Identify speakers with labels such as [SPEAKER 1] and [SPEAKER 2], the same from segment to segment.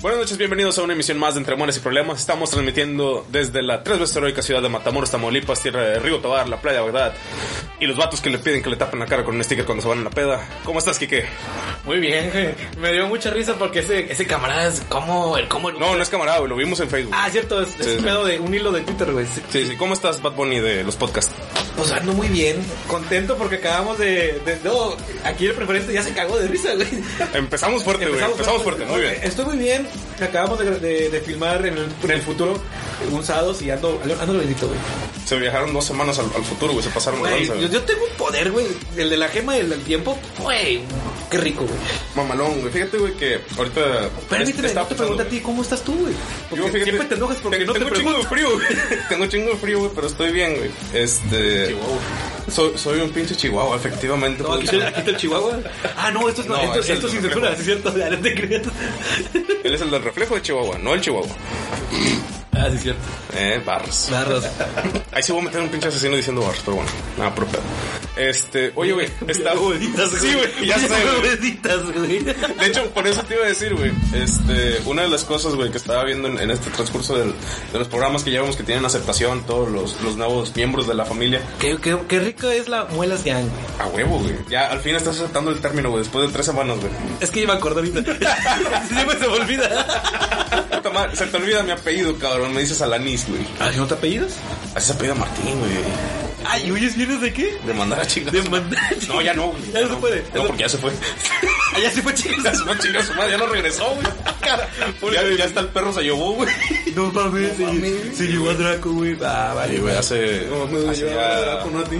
[SPEAKER 1] Buenas noches, bienvenidos a una emisión más de Entre Amores y Problemas. Estamos transmitiendo desde la tres veces heroica ciudad de Matamoros, Tamaulipas, tierra de Río Tobar, la playa Verdad. Y los vatos que le piden que le tapen la cara con un sticker cuando se van en la peda. ¿Cómo estás, Kike?
[SPEAKER 2] Muy bien, güey. Me dio mucha risa porque ese, ese camarada es como el cómo el-
[SPEAKER 1] No, no es camarada, güey, lo vimos en Facebook.
[SPEAKER 2] Ah, cierto, es, es
[SPEAKER 1] Sí,
[SPEAKER 2] un
[SPEAKER 1] sí.
[SPEAKER 2] pedo de un hilo de Twitter, güey.
[SPEAKER 1] Sí, sí, ¿cómo estás, Bad Bunny, de los podcasts?
[SPEAKER 2] Pues ando muy bien, contento porque acabamos de, de- no, aquí el preferente ya se cagó de risa, güey.
[SPEAKER 1] Empezamos fuerte, güey. Empezamos fuerte, muy bien.
[SPEAKER 2] Estoy muy bien. Acabamos de, de- de filmar en el, en el futuro un sábado y ando, ando bendito, güey.
[SPEAKER 1] Se viajaron dos semanas al, al futuro, güey, se pasaron de
[SPEAKER 2] Güey,
[SPEAKER 1] lanza,
[SPEAKER 2] yo,
[SPEAKER 1] güey.
[SPEAKER 2] yo tengo un poder, güey. El de la gema del, del tiempo, güey. Qué rico, güey.
[SPEAKER 1] Mamalón, güey. Fíjate, güey, que ahorita.
[SPEAKER 2] Permíteme,
[SPEAKER 1] está
[SPEAKER 2] no te pregunto
[SPEAKER 1] pasando,
[SPEAKER 2] a ti, ¿cómo estás tú, güey? Porque
[SPEAKER 1] Yo, fíjate,
[SPEAKER 2] siempre te enojas porque
[SPEAKER 1] te-
[SPEAKER 2] no te
[SPEAKER 1] tengo un
[SPEAKER 2] pregunto.
[SPEAKER 1] chingo de frío, güey. tengo un chingo de frío, güey, pero estoy bien, güey. Este. Soy, soy un pinche chihuahua, efectivamente.
[SPEAKER 2] No,
[SPEAKER 1] pues.
[SPEAKER 2] aquí, está- aquí está el Chihuahua. Ah, no, esto es,
[SPEAKER 1] No,
[SPEAKER 2] esto,
[SPEAKER 1] es el
[SPEAKER 2] esto es sin
[SPEAKER 1] reflejo.
[SPEAKER 2] censura, sí es cierto. Ya, no te creas.
[SPEAKER 1] Él es el del reflejo de Chihuahua, no el Chihuahua.
[SPEAKER 2] Ah, sí es cierto.
[SPEAKER 1] Eh, barras.
[SPEAKER 2] Barros.
[SPEAKER 1] Ahí se va a meter un pinche asesino diciendo barras, pero bueno, nada, propio. Este, oye, güey, está. Sí, güey, ya sé, güey.
[SPEAKER 2] Bobeditas, güey.
[SPEAKER 1] De hecho, por eso te iba a decir, güey. Este, una de las cosas, güey, que estaba viendo en, en este transcurso del- de los programas que llevamos que tienen aceptación, todos los, los nuevos miembros de la familia.
[SPEAKER 2] Qué, qué, qué rico es la muelas de güey.
[SPEAKER 1] A huevo, güey. Ya al fin estás aceptando el término, güey, después de tres semanas, güey.
[SPEAKER 2] Es que yo me acuerdo ahorita. Siempre se me olvida.
[SPEAKER 1] Puta madre, Se te olvida mi apellido, cabrón. Me dices Alanis, güey.
[SPEAKER 2] ¿Ah, no te apellidas?
[SPEAKER 1] Así se apellida Martín, güey.
[SPEAKER 2] Ay, hoy es viernes de qué?
[SPEAKER 1] De mandar a chingar.
[SPEAKER 2] De mandar.
[SPEAKER 1] No, ya no, güey.
[SPEAKER 2] Ya no se puede.
[SPEAKER 1] No, porque ya se fue.
[SPEAKER 2] Allá se fue
[SPEAKER 1] Ya
[SPEAKER 2] chicas.
[SPEAKER 1] se fue a chingar a su madre, ya no regresó, güey. Ya, ya hasta el perro se llevó, güey.
[SPEAKER 2] No mames, se- se llevó a Draco, güey. Ah,
[SPEAKER 1] Y,
[SPEAKER 2] vale,
[SPEAKER 1] güey, hace. hace ya,
[SPEAKER 2] no a ti.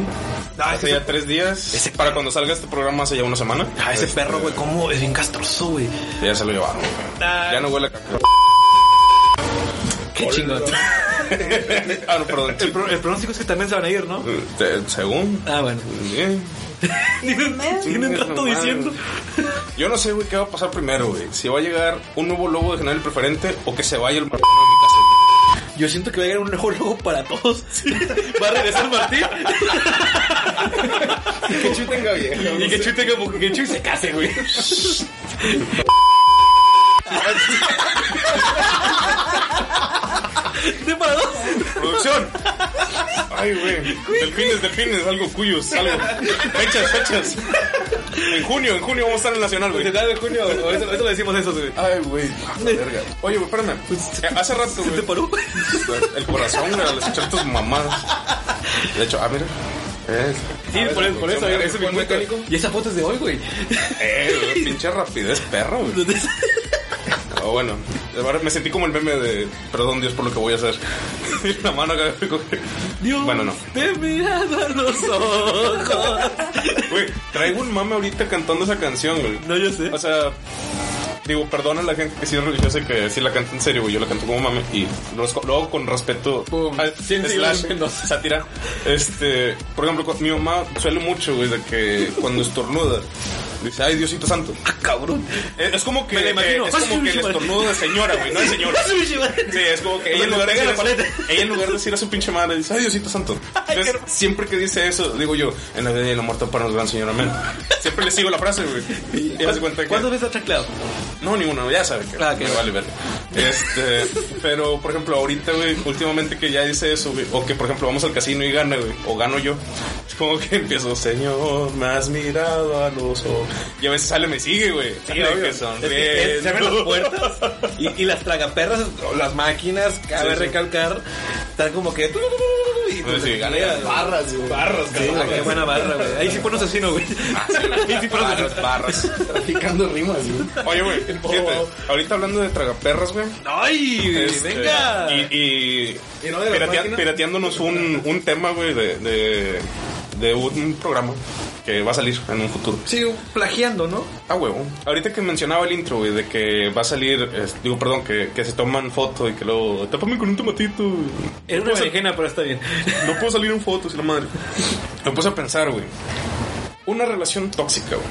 [SPEAKER 2] Ah,
[SPEAKER 1] hace
[SPEAKER 2] ese,
[SPEAKER 1] ya tres días.
[SPEAKER 2] Ese-
[SPEAKER 1] Para cuando salga este programa, hace ya una semana.
[SPEAKER 2] ah, ese perro, güey, cómo es bien castroso, güey.
[SPEAKER 1] Ya se lo llevaron, güey.
[SPEAKER 2] Ah.
[SPEAKER 1] Ya no huele a caca.
[SPEAKER 2] Qué chingón.
[SPEAKER 1] ah, no, perdón.
[SPEAKER 2] El, pro- el pronóstico es que también se van a ir, ¿no?
[SPEAKER 1] Te- Según.
[SPEAKER 2] Ah, bueno.
[SPEAKER 1] Bien.
[SPEAKER 2] Tienen, tienen rato
[SPEAKER 1] Madre.
[SPEAKER 2] diciendo.
[SPEAKER 1] Yo no sé, güey, qué va a pasar primero, güey. Si va a llegar un nuevo logo de general preferente o que se vaya el marrano de mi casa. güey.
[SPEAKER 2] Yo siento que va a llegar un nuevo logo para todos. Va a regresar Martín
[SPEAKER 1] Que Chuy tenga vieja.
[SPEAKER 2] y que Chuy tenga que Chuy se case, güey. ¿De para dos?
[SPEAKER 1] Producción. Ay, güey. Delfines, delfines, algo cuyos, algo. Fechas, fechas. En junio, en junio vamos a estar en el Nacional, güey.
[SPEAKER 2] de junio, o eso, eso le decimos eso, güey.
[SPEAKER 1] Ay, güey. Ah, la verga. Oye, güey, espérame. Eh, hace rato,
[SPEAKER 2] ¿Se te
[SPEAKER 1] güey.
[SPEAKER 2] paró?
[SPEAKER 1] El corazón, güey, al escuchar tus mamadas. De hecho, ah, mira. Es-
[SPEAKER 2] Sí,
[SPEAKER 1] a ver,
[SPEAKER 2] por, eso- por eso,
[SPEAKER 1] producción,
[SPEAKER 2] ese es mi
[SPEAKER 1] ¿cuál
[SPEAKER 2] punto.
[SPEAKER 1] mecánico?
[SPEAKER 2] Y esa foto es de hoy, güey.
[SPEAKER 1] Eh, güey, pinche rapidez, perro, güey.
[SPEAKER 2] Entonces-
[SPEAKER 1] Ah, bueno, ahora me sentí como el meme de Perdón Dios por lo que voy a hacer. La mano acá.
[SPEAKER 2] Dios
[SPEAKER 1] Bueno, no.
[SPEAKER 2] te he mirado a los ojos.
[SPEAKER 1] Güey, traigo un mame ahorita cantando esa canción, güey.
[SPEAKER 2] No, yo sé.
[SPEAKER 1] O sea, digo, perdona a la gente que sí es religiosa y que sí la canta en serio, güey. Yo la canto como mame y lo, esco- lo hago con respeto.
[SPEAKER 2] Pum,
[SPEAKER 1] a-
[SPEAKER 2] cien
[SPEAKER 1] slash
[SPEAKER 2] siglos menos.
[SPEAKER 1] Sátira. Este, por ejemplo, con- mi mamá suele mucho, güey, de que cuando estornuda, dice, ay, Diosito Santo. Eh,
[SPEAKER 2] Ah, cabrón.
[SPEAKER 1] Es, es como que,
[SPEAKER 2] Me la imagino.
[SPEAKER 1] es como que el estornudo de señora, güey, no de señora. Sí, es como que ella en lugar de
[SPEAKER 2] Pega
[SPEAKER 1] decir
[SPEAKER 2] la
[SPEAKER 1] a su-
[SPEAKER 2] paleta.
[SPEAKER 1] ella en lugar de decir a su pinche madre dice, ay Diosito Santo. Entonces, siempre que dice eso, digo yo, en la vida y en la muerte para nos gran señor amén. Siempre le sigo la frase, güey. Y hace cuenta que.
[SPEAKER 2] ¿Cuántas veces ha chacleado?
[SPEAKER 1] No, ninguno, ya sabe que
[SPEAKER 2] Ah, que
[SPEAKER 1] me
[SPEAKER 2] no.
[SPEAKER 1] vale verga. Este, pero por ejemplo, ahorita, güey, últimamente que ya dice eso, güey, o que por ejemplo vamos al casino y gana, güey, o gano yo, es como que empiezo, Señor, me has mirado a los ojos. Y a veces sale, me sigue, güey. Sale
[SPEAKER 2] obvio.
[SPEAKER 1] que
[SPEAKER 2] Es que
[SPEAKER 1] sonríe.
[SPEAKER 2] se abren las puertas y, y las tragaperras, o las máquinas, cabe
[SPEAKER 1] Sí, sí.
[SPEAKER 2] recalcar, están como que. Y
[SPEAKER 1] Pues sí, gana ya.
[SPEAKER 2] barras, güey. Barras, cabrón. qué buena barra, güey. Ahí sí pones asesino, güey. Ahí sí pones
[SPEAKER 1] Barras,
[SPEAKER 2] asesino.
[SPEAKER 1] barras.
[SPEAKER 3] Traficando rimas, güey.
[SPEAKER 1] Oye, güey, fíjate, ahorita hablando de tragaperras, güey.
[SPEAKER 2] ¡Ay!
[SPEAKER 1] este,
[SPEAKER 2] ¡Venga!
[SPEAKER 1] Y, y,
[SPEAKER 3] Y no de las
[SPEAKER 1] piratea-
[SPEAKER 3] máquinas.
[SPEAKER 1] pirateándonos un, un tema, güey, de, de, de un programa que va a salir en un futuro.
[SPEAKER 2] Sí, plagiando, ¿no?
[SPEAKER 1] Ah, huevo. Ahorita que mencionaba el intro, güey, de que va a salir, es- digo, perdón, que, que se toman foto y que luego, tápame con un tomatito.
[SPEAKER 2] Era una berenjena, pero está bien.
[SPEAKER 1] No puedo salir en fotos, la madre. Me puse a pensar, güey. Una relación tóxica, güey.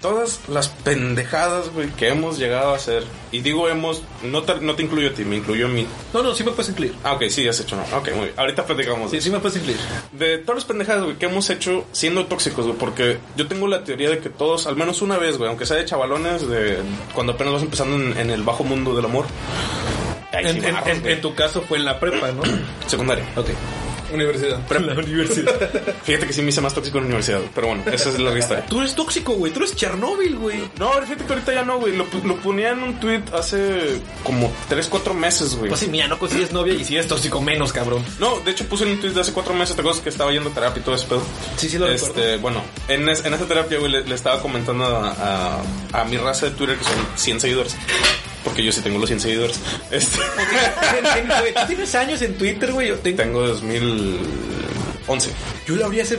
[SPEAKER 1] todas las pendejadas, güey, que hemos llegado a hacer. Y digo hemos, no te, no te incluyo a ti, me incluyo a mí.
[SPEAKER 2] No, no, sí me puedes incluir.
[SPEAKER 1] Ah, ok, sí, has hecho, no. Ok, muy bien. Ahorita platicamos. de
[SPEAKER 2] Sí, sí me puedes incluir.
[SPEAKER 1] de todas las pendejadas, güey, que hemos hecho siendo tóxicos, güey, porque yo tengo la teoría de que todos, al menos una vez, güey, aunque sea de chavalones, de cuando apenas vas empezando en, en el bajo mundo del amor. Ahí sí
[SPEAKER 2] En, en-
[SPEAKER 1] barras,
[SPEAKER 2] en-
[SPEAKER 1] güey.
[SPEAKER 2] en tu caso fue en la prepa, ¿no?
[SPEAKER 1] secundaria.
[SPEAKER 2] ok.
[SPEAKER 3] Universidad.
[SPEAKER 2] En la universidad.
[SPEAKER 1] Fíjate que sí me hice más tóxico en la universidad, güey, pero bueno, esa es la historia.
[SPEAKER 2] Tú eres tóxico, güey. Tú eres Chernóbil, güey.
[SPEAKER 1] No, fíjate que ahorita ya no, güey. Lo, lo ponía en un tweet hace como 3, 4 meses, güey.
[SPEAKER 2] Pues sí, mira, no consigues novia y si eres tóxico menos, cabrón.
[SPEAKER 1] No, de hecho puse en un tweet de hace cuatro meses, te acuerdas que estaba yendo a terapia y todo ese pedo.
[SPEAKER 2] Sí, sí lo
[SPEAKER 1] este,
[SPEAKER 2] recuerdo.
[SPEAKER 1] Bueno, en, es- en esa terapia, güey, le, le estaba comentando a, a- a mi raza de Twitter, que son 100 seguidores. Porque yo sí tengo los 100 seguidores. Este,
[SPEAKER 2] Güey, Tú tienes años en Twitter, güey. Yo tengo.
[SPEAKER 1] tengo 2011.
[SPEAKER 2] Yo lo abrí hace.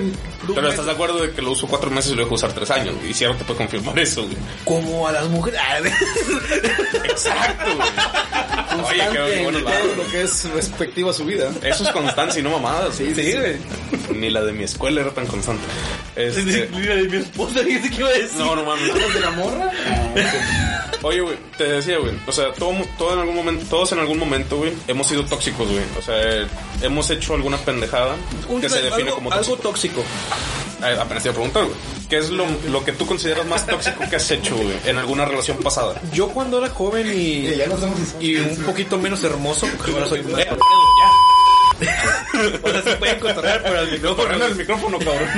[SPEAKER 1] Pero estás de acuerdo de que lo uso cuatro meses y lo dejo usar tres años. güey? Y si ahora te puedo confirmar eso, güey.
[SPEAKER 2] Como a las mujeres. Ah,
[SPEAKER 1] Exacto, güey. Oye, qué bueno.
[SPEAKER 3] Todo lo que es respectivo a su vida.
[SPEAKER 1] Eso es constancia y no mamadas.
[SPEAKER 2] Sí, sí, güey.
[SPEAKER 1] Ni la de mi escuela era tan constante.
[SPEAKER 2] Es
[SPEAKER 1] Este,
[SPEAKER 2] decir, mira, de mi esposa, fíjate que iba a decir.
[SPEAKER 1] no, no mames.
[SPEAKER 3] ¿Los de la morra?
[SPEAKER 1] Oye, güey, te decía, güey. O sea, todo, todo en algún momento, todos en algún momento, güey, hemos sido tóxicos, güey. O sea, eh, hemos hecho alguna pendejada
[SPEAKER 2] Un-
[SPEAKER 1] que se define
[SPEAKER 2] algo,
[SPEAKER 1] como
[SPEAKER 2] algo
[SPEAKER 1] tóxico.
[SPEAKER 2] tóxico.
[SPEAKER 1] Eh, Apenas te iba a preguntar, güey. ¿Qué es lo, lo que tú consideras más tóxico que has hecho, güey, en alguna relación pasada?
[SPEAKER 2] Yo cuando era joven
[SPEAKER 3] Y
[SPEAKER 2] y,
[SPEAKER 3] ya nos hemos
[SPEAKER 2] y un poquito menos hermoso, porque ahora soy más. Eh, O sea, se pueden controlar, pero al micrófono.
[SPEAKER 1] Corriendo el micrófono, cabrón.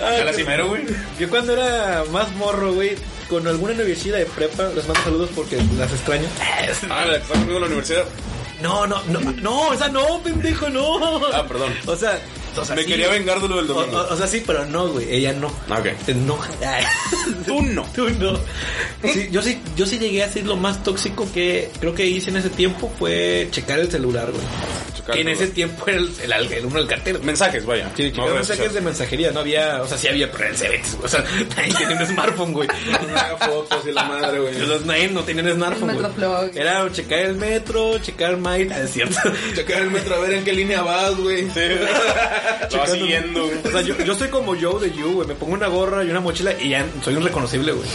[SPEAKER 1] Ya la cimero, güey.
[SPEAKER 2] Yo cuando era más morro, güey, con alguna noviecilla de prepa, les mando saludos porque las extraño.
[SPEAKER 1] Ah, la que está conmigo en la universidad.
[SPEAKER 2] No, no, no, no, o sea, no, pendejo, no.
[SPEAKER 1] Ah, perdón.
[SPEAKER 2] O sea, o sea
[SPEAKER 1] Me
[SPEAKER 2] sí.
[SPEAKER 1] quería vengar de lo del
[SPEAKER 2] O,
[SPEAKER 1] domingo.
[SPEAKER 2] o- o sea, sí, pero no, güey, ella no.
[SPEAKER 1] Ah, ok.
[SPEAKER 2] No.
[SPEAKER 1] Tú no.
[SPEAKER 2] Tú no. Sí, yo sí, yo sí llegué a ser lo más tóxico que creo que hice en ese tiempo fue checar el celular, güey. Que en ese tiempo era el, el, al- el uno del cartero.
[SPEAKER 1] Mensajes, vaya. No
[SPEAKER 2] Sí, checar
[SPEAKER 1] redes
[SPEAKER 2] mensajes de mensajería, no había, o sea, sí había, pero eran CBTs, güey. O sea, nadie tenía un smartphone, güey. Ah,
[SPEAKER 3] fotos y la madre, güey.
[SPEAKER 2] Los nadie no tenían smartphone, güey.
[SPEAKER 4] Metroflog.
[SPEAKER 2] Era checar el metro, checar Mail, es cierto.
[SPEAKER 3] Checar el metro a ver en qué línea vas, güey.
[SPEAKER 1] Sí. Lo vas siguiendo, güey.
[SPEAKER 2] O sea, yo, yo soy como Joe de You, güey. Me pongo una gorra y una mochila y ya soy un reconocible, güey.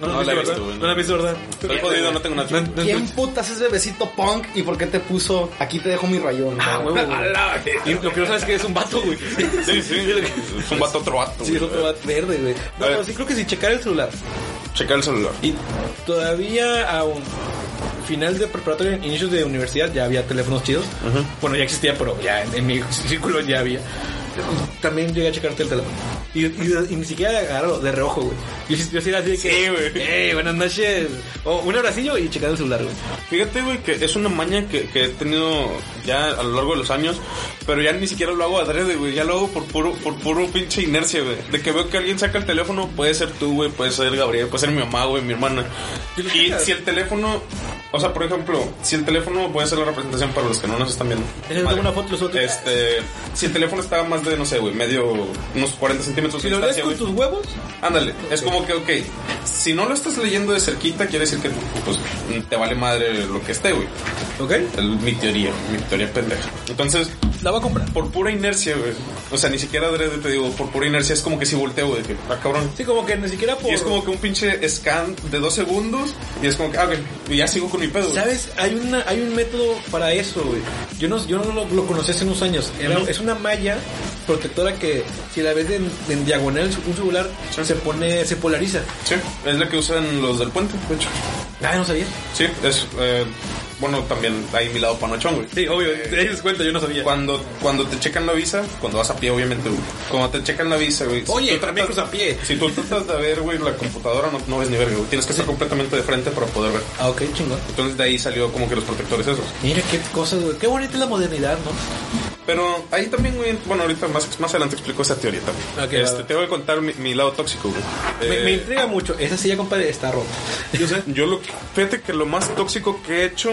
[SPEAKER 1] No
[SPEAKER 2] has
[SPEAKER 1] la he
[SPEAKER 2] visto,
[SPEAKER 1] visto,
[SPEAKER 2] ¿verdad?
[SPEAKER 1] güey.
[SPEAKER 2] No la he visto, ¿verdad?
[SPEAKER 1] Estoy jodido, no tengo una
[SPEAKER 2] No, no,
[SPEAKER 3] ¿Quién putas es bebecito punk y por qué te puso aquí te dejo mi rayón?
[SPEAKER 2] Ah,
[SPEAKER 3] güey?
[SPEAKER 2] huevo, güey. Y lo que no sabes es que es un vato, güey.
[SPEAKER 1] Sí, sí. Es un vato otro vato.
[SPEAKER 2] Sí, es
[SPEAKER 1] güey.
[SPEAKER 2] otro vato verde, güey. No,
[SPEAKER 1] A ver.
[SPEAKER 2] pero sí creo que si checar el celular.
[SPEAKER 1] Checar el celular.
[SPEAKER 2] Y todavía a un final de preparatoria, inicios de universidad, ya había teléfonos chidos. Bueno, ya existía, pero ya en, en mi círculo ya había. También llegué a checarte el teléfono. Y, y- y ni siquiera agarrarlo de reojo, güey. Yo, sí- yo sí era así de que,
[SPEAKER 1] Sí, güey.
[SPEAKER 2] "Ey, buenas noches. O un abracillo y checar el celular, güey.
[SPEAKER 1] Fíjate, güey, que es una maña que, que he tenido ya a lo largo de los años, pero ya ni siquiera lo hago adrede, güey. Ya lo hago por puro, por puro pinche inercia, güey. De que veo que alguien saca el teléfono, puede ser tú, güey, puede ser Gabriel, puede ser mi mamá, güey, mi hermana. Y si el teléfono, o sea, por ejemplo, si el teléfono puede ser la representación para los que no nos están viendo.
[SPEAKER 2] Déjame tomar Eh, una foto y los otros.
[SPEAKER 1] Este, si el teléfono está más de, no sé, güey, medio, unos 40 centímetros
[SPEAKER 2] Si
[SPEAKER 1] de
[SPEAKER 2] lo lees
[SPEAKER 1] distancia,
[SPEAKER 2] con
[SPEAKER 1] güey.
[SPEAKER 2] tus huevos,
[SPEAKER 1] Ándale, es como que, ok, si no lo estás leyendo de cerquita, quiere decir que pues, te vale madre lo que esté, güey.
[SPEAKER 2] ¿ok?
[SPEAKER 1] El- Mi teoría, mi teoría pendeja. Entonces,
[SPEAKER 2] La va a comprar.
[SPEAKER 1] por pura inercia, güey. O sea, ni siquiera adrede te digo, por pura inercia es como que si volteo, güey, de que, ah, cabrón.
[SPEAKER 2] Sí, como que ni siquiera por...
[SPEAKER 1] Y es como que un pinche scan de dos segundos y es como que, ah, güey, y ya sigo con mi pedo. güey.
[SPEAKER 2] ¿Sabes? Hay, una, hay un método para eso, güey. Yo no, yo no lo, lo conocí hace unos años. Era- Es una malla protectora que, si la ves en, en diagonal, un celular
[SPEAKER 1] Sí.
[SPEAKER 2] se pone, se polariza.
[SPEAKER 1] Sí, es la que usan los del puente, de hecho.
[SPEAKER 2] Ah, no sabía.
[SPEAKER 1] Sí, es, eh, bueno, también hay mi lado panochón, güey.
[SPEAKER 2] Sí, obvio, te das cuenta, yo no sabía.
[SPEAKER 1] Cuando, cuando te checan la visa, cuando vas a pie, obviamente, güey. Cuando te checan la visa, güey. si
[SPEAKER 2] Oye,
[SPEAKER 1] tú
[SPEAKER 2] también
[SPEAKER 1] tratas-
[SPEAKER 2] cruza pie.
[SPEAKER 1] Si tú tratas de ver, güey, la computadora, no, no ves ni verga, güey. Tienes que estar completamente de frente para poder ver.
[SPEAKER 2] Ah, ok, chingón.
[SPEAKER 1] Entonces de ahí salió como que los protectores esos.
[SPEAKER 2] Mira qué cosas, güey. Qué bonita es la modernidad, ¿no?
[SPEAKER 1] Pero ahí también, güey, bueno, ahorita más, más adelante explico esa teoría también.
[SPEAKER 2] Ok, va,
[SPEAKER 1] este,
[SPEAKER 2] va.
[SPEAKER 1] te voy a contar mi, mi lado tóxico, güey.
[SPEAKER 2] Me,
[SPEAKER 1] Eh,
[SPEAKER 2] Ah, me intriga mucho. Esa silla, compadre, está rota.
[SPEAKER 1] Yo sé. Yo lo fíjate que lo más tóxico que he hecho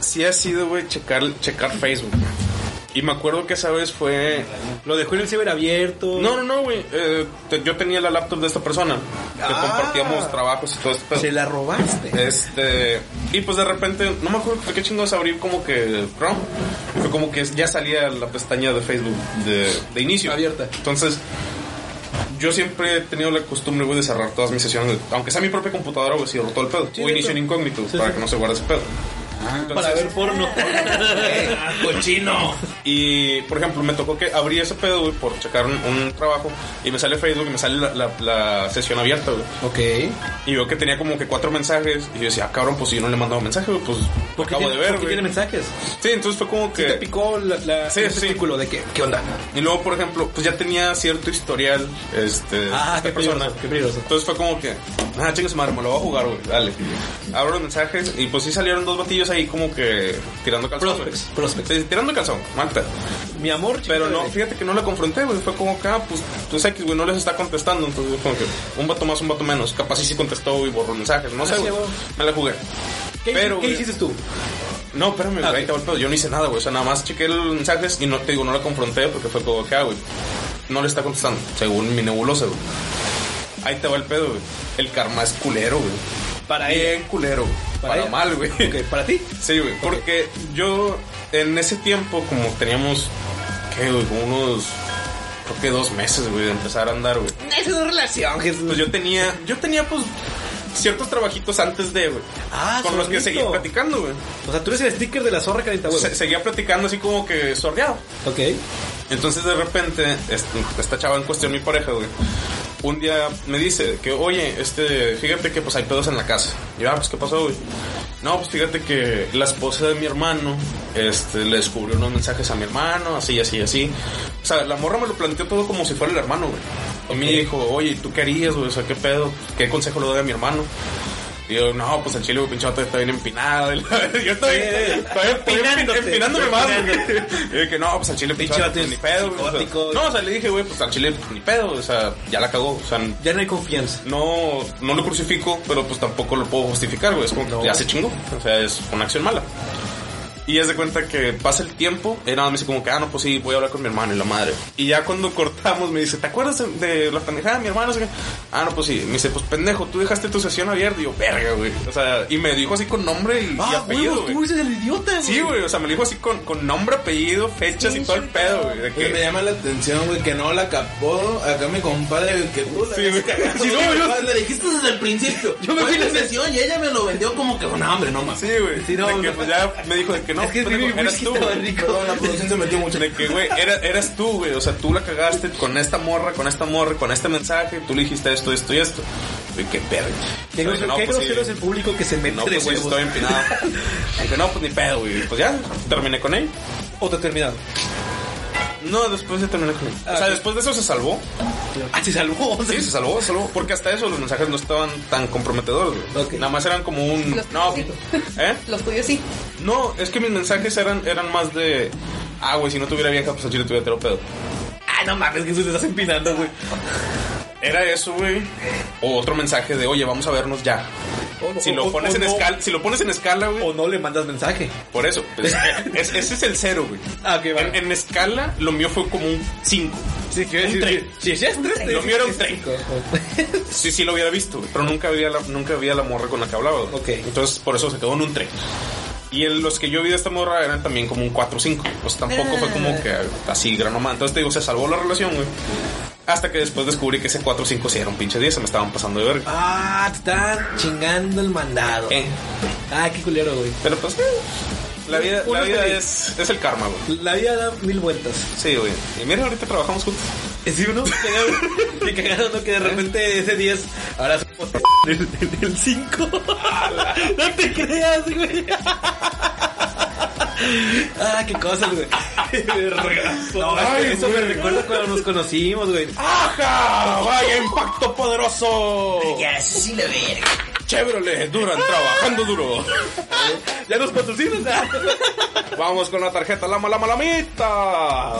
[SPEAKER 1] sí ha sido, güey, checar, checar Facebook. güey. Y me acuerdo que esa vez fue.
[SPEAKER 2] Lo dejó en el ciber abierto.
[SPEAKER 1] No, no, no, güey. eh, te- yo tenía la laptop de esta persona. Que
[SPEAKER 2] Ah.
[SPEAKER 1] compartíamos trabajos y todo este pedo.
[SPEAKER 2] Se la robaste.
[SPEAKER 1] Este, y pues de repente, no me acuerdo por qué chingados abrí como que Chrome. Fue como que ya salía la pestaña de Facebook de, de inicio.
[SPEAKER 2] Abierta.
[SPEAKER 1] Entonces, yo siempre he tenido la costumbre, güey, de cerrar todas mis sesiones. Aunque sea mi propia computadora, güey, cierro todo el pedo.
[SPEAKER 2] Sí,
[SPEAKER 1] o inicio en
[SPEAKER 2] cierto.
[SPEAKER 1] incógnito,
[SPEAKER 2] Sí,
[SPEAKER 1] para
[SPEAKER 2] sí. Ah,
[SPEAKER 1] que no se guarde ese pedo.
[SPEAKER 2] Para
[SPEAKER 1] Entonces,
[SPEAKER 2] ver porno. Eh, ah,
[SPEAKER 3] Cochino.
[SPEAKER 1] Y, por ejemplo, me tocó que abrí ese pedo, güey, por checar un, un trabajo. Y me sale Facebook y me sale la, la- la sesión abierta, güey.
[SPEAKER 2] ok.
[SPEAKER 1] Y veo que tenía como que cuatro mensajes. Y yo decía, ah, cabrón, pues si yo no le he mandado mensaje, güey, pues
[SPEAKER 2] ¿Por qué,
[SPEAKER 1] acabo
[SPEAKER 2] tiene,
[SPEAKER 1] de ver,
[SPEAKER 2] por qué
[SPEAKER 1] güey.
[SPEAKER 2] tiene mensajes?
[SPEAKER 1] Sí, entonces fue como
[SPEAKER 2] ¿Sí te
[SPEAKER 1] que...
[SPEAKER 2] picó la, la,
[SPEAKER 1] Sí,
[SPEAKER 2] el
[SPEAKER 1] sí.
[SPEAKER 2] testículo de que, qué onda?
[SPEAKER 1] Y luego, por ejemplo, pues ya tenía cierto historial, este...
[SPEAKER 2] Ah,
[SPEAKER 1] esta
[SPEAKER 2] qué peligroso, qué peligroso.
[SPEAKER 1] Entonces fue como que, ah, chingas madre, me lo voy a jugar, güey, dale. Abro los mensajes y pues sí salieron dos batillos ahí como que tirando calzón. güey.
[SPEAKER 2] Prospects, prospects.
[SPEAKER 1] Sí, tirando calzón, mal pedo.
[SPEAKER 2] Mi amor,
[SPEAKER 1] Pero
[SPEAKER 2] chiquita,
[SPEAKER 1] no,
[SPEAKER 2] de-
[SPEAKER 1] fíjate que no la confronté, güey. Fue como que, ah, pues, pues X, güey, no les está contestando. Entonces, fue como que, un vato más, un vato menos. Capaz sí sí contestó y borró mensajes. No sé,
[SPEAKER 2] Ah, sí,
[SPEAKER 1] güey.
[SPEAKER 2] güey.
[SPEAKER 1] Me la jugué.
[SPEAKER 2] ¿Qué,
[SPEAKER 1] pero,
[SPEAKER 2] ¿qué
[SPEAKER 1] güey.
[SPEAKER 2] hiciste tú?
[SPEAKER 1] No, espérame, güey,
[SPEAKER 2] Ah,
[SPEAKER 1] ahí te va el pedo. Yo no hice nada, güey. O sea, nada más chequé los mensajes y no te digo, no la confronté porque fue como que, ah, güey. No le está contestando, según mi nebulosa, güey. Ahí te va el pedo, güey. El karma es culero, güey.
[SPEAKER 2] Para
[SPEAKER 1] Bien culero. güey. Para,
[SPEAKER 2] ella.
[SPEAKER 1] mal, güey.
[SPEAKER 2] Ok, para ti.
[SPEAKER 1] Sí, güey, porque yo en ese tiempo, como teníamos, ¿qué, güey? Como unos, creo que dos meses, güey, de empezar a andar, güey.
[SPEAKER 2] Esa es una relación, Jesús.
[SPEAKER 1] Pues yo tenía, yo tenía, pues, ciertos trabajitos antes de, güey.
[SPEAKER 2] Ah,
[SPEAKER 1] con los que
[SPEAKER 2] solito.
[SPEAKER 1] seguía platicando, güey.
[SPEAKER 2] O sea, tú eres el sticker de la zorra calienta
[SPEAKER 1] Se- seguía platicando así como que sordeado.
[SPEAKER 2] Ok.
[SPEAKER 1] Entonces, de repente, este- esta chava en cuestión, mi pareja, güey. Un día me dice que, oye, este, fíjate que pues hay pedos en la casa. Y yo, ah, pues, ¿qué pasó, güey? No, pues fíjate que la esposa de mi hermano, este, le descubrió unos mensajes a mi hermano, así, así, así. O sea, la morra me lo planteó todo como si fuera el hermano, güey. Y me dijo, oye, ¿tú qué harías, güey? O sea, ¿qué pedo? ¿Qué consejo le doy a mi hermano? Y yo, no, pues el chile, güey, pinche vato está bien empinado. Y la- Yo estoy,
[SPEAKER 2] Sí.
[SPEAKER 1] estoy empinándote,
[SPEAKER 2] Empinándote.
[SPEAKER 1] empinándome más. güey. Y yo que no, pues al chile,
[SPEAKER 2] Pinche vato
[SPEAKER 1] pues, ni pedo, güey.
[SPEAKER 2] psicótico.
[SPEAKER 1] No, o sea, le dije, güey, pues al chile, pues, ni pedo, o sea, ya la cagó, o sea,
[SPEAKER 2] Ya no hay confianza.
[SPEAKER 1] no, no lo crucifico, pero pues tampoco lo puedo justificar, güey, es como que
[SPEAKER 2] No.
[SPEAKER 1] ya se chingó, o sea, es una acción mala. Y es de cuenta que pasa el tiempo, y nada, me dice como que, ah, no, pues sí, voy a hablar con mi hermano y la madre. Y ya cuando cortamos, me dice, ¿te acuerdas de- de la pendejada de mi hermano? O sea, ah, no, pues sí. Me dice, pues pendejo, tú dejaste tu sesión abierta. Y yo, verga, güey. O sea, y me dijo así con nombre y, y apellido,
[SPEAKER 2] Ah, huevos,
[SPEAKER 1] güey.
[SPEAKER 2] tú eres el idiota,
[SPEAKER 1] Sí, güey, o sea, me lo dijo así con, con nombre, apellido, fechas y todo el pedo, güey. de
[SPEAKER 4] Oye, me
[SPEAKER 1] que-
[SPEAKER 4] llama la atención, güey, que no la capó. Acá mi compadre, güey, que tú la
[SPEAKER 1] Sí,
[SPEAKER 4] habías
[SPEAKER 1] güey.
[SPEAKER 4] cagado,
[SPEAKER 1] Sí, no,
[SPEAKER 4] güey,
[SPEAKER 1] yo-
[SPEAKER 4] pues, Le dijiste desde el principio.
[SPEAKER 2] Yo me
[SPEAKER 4] Fue
[SPEAKER 2] fui
[SPEAKER 4] la
[SPEAKER 2] desde-
[SPEAKER 4] sesión y ella me lo vendió como que, no, hombre, no más.
[SPEAKER 1] Sí, güey.
[SPEAKER 2] Sí, no,
[SPEAKER 1] de que
[SPEAKER 2] no.
[SPEAKER 1] pues ya me dijo de que no,
[SPEAKER 2] Es que es
[SPEAKER 1] pendejo,
[SPEAKER 2] mi
[SPEAKER 1] eras
[SPEAKER 2] whisky
[SPEAKER 1] tú.
[SPEAKER 2] estaba
[SPEAKER 1] güey.
[SPEAKER 2] rico.
[SPEAKER 4] Perdón, la producción se metió mucho.
[SPEAKER 1] De que, güey, era- eras tú, güey. O sea, tú la cagaste con esta morra, con esta morra, con este mensaje. Tú le dijiste esto, esto y esto. Y qué perro.
[SPEAKER 2] Qué,
[SPEAKER 1] Pero
[SPEAKER 2] grosero,
[SPEAKER 1] dije, no,
[SPEAKER 2] qué
[SPEAKER 1] pues, sí,
[SPEAKER 2] grosero es el público que se mete
[SPEAKER 1] No,
[SPEAKER 2] de
[SPEAKER 1] pues sí,
[SPEAKER 2] huevos.
[SPEAKER 1] estoy empinado. Dije, no, pues ni pedo, güey. Pues ya, terminé con él.
[SPEAKER 2] O te he terminado.
[SPEAKER 1] No, después de terminar con él.
[SPEAKER 2] Ah,
[SPEAKER 1] o sea,
[SPEAKER 2] ok.
[SPEAKER 1] después de eso se salvó.
[SPEAKER 2] Ah, se salvó. o sea,
[SPEAKER 1] Sí, se salvó, se salvó. Porque hasta eso los mensajes no estaban tan comprometedores, güey.
[SPEAKER 2] Ok.
[SPEAKER 1] Nada más eran como un.
[SPEAKER 5] Los
[SPEAKER 1] no,
[SPEAKER 5] tuyos
[SPEAKER 1] ¿eh?
[SPEAKER 5] Los tuyos sí.
[SPEAKER 1] No, es que mis mensajes eran, eran más de. Ah, güey, si no tuviera vieja, pues al chile tuviera tero pedo.
[SPEAKER 2] Ah, no mames, que tú te estás empinando, güey.
[SPEAKER 1] Era eso, güey. O otro mensaje de, oye, vamos a vernos ya.
[SPEAKER 2] O-
[SPEAKER 1] Si
[SPEAKER 2] o-
[SPEAKER 1] lo
[SPEAKER 2] o-
[SPEAKER 1] pones
[SPEAKER 2] o
[SPEAKER 1] en
[SPEAKER 2] no-
[SPEAKER 1] escala, si lo pones en escala, güey.
[SPEAKER 2] O no le mandas mensaje.
[SPEAKER 1] Por eso. pues, es- ese es el cero, güey.
[SPEAKER 2] Ah, ok,
[SPEAKER 1] En,
[SPEAKER 2] vale.
[SPEAKER 1] en escala, lo mío fue como un 5.
[SPEAKER 2] Sí, quiero
[SPEAKER 1] un
[SPEAKER 2] decir.
[SPEAKER 1] tren.
[SPEAKER 2] Si ya es tres,
[SPEAKER 1] Lo
[SPEAKER 2] te-
[SPEAKER 1] mío era un
[SPEAKER 2] es
[SPEAKER 1] tren.
[SPEAKER 2] cinco.
[SPEAKER 1] Sí, sí lo hubiera visto, güey, pero nunca había la, nunca había la morra con la que hablaba. güey.
[SPEAKER 2] Ok.
[SPEAKER 1] Entonces, por eso se quedó en un 3. Y en los que yo vi de esta morra eran también como un 4 o 5. Pues tampoco fue como que así granomán. Entonces te digo, se salvó la relación, güey. Hasta que después descubrí que ese 4 o 5 sí era un pinche 10, se me estaban pasando de verga.
[SPEAKER 2] Ah, te están chingando el mandado.
[SPEAKER 1] Eh,
[SPEAKER 2] Ah, qué culero, güey.
[SPEAKER 1] pero pues, eh, la vida, la
[SPEAKER 2] Uno
[SPEAKER 1] vida
[SPEAKER 2] feliz.
[SPEAKER 1] es, es el karma, güey.
[SPEAKER 2] La vida da mil vueltas.
[SPEAKER 1] Sí, güey. Y mira, ahorita trabajamos juntos.
[SPEAKER 2] Sí, uno cagado, qué cagado, ¿no? Que de repente ese 10 ahora es del, del- del 5. no te creas, güey. ah, qué cosa, güey. no, es que
[SPEAKER 1] Ay,
[SPEAKER 2] eso me recuerda cuando nos conocimos, güey.
[SPEAKER 1] ¡Ajá! ¡Vaya impacto poderoso!
[SPEAKER 4] Ya, sí, la verga.
[SPEAKER 1] Chevrolet, duran trabajando duro.
[SPEAKER 2] Ya nos patrocinas. ah.
[SPEAKER 1] Vamos con la tarjeta Lama Lama Lamita.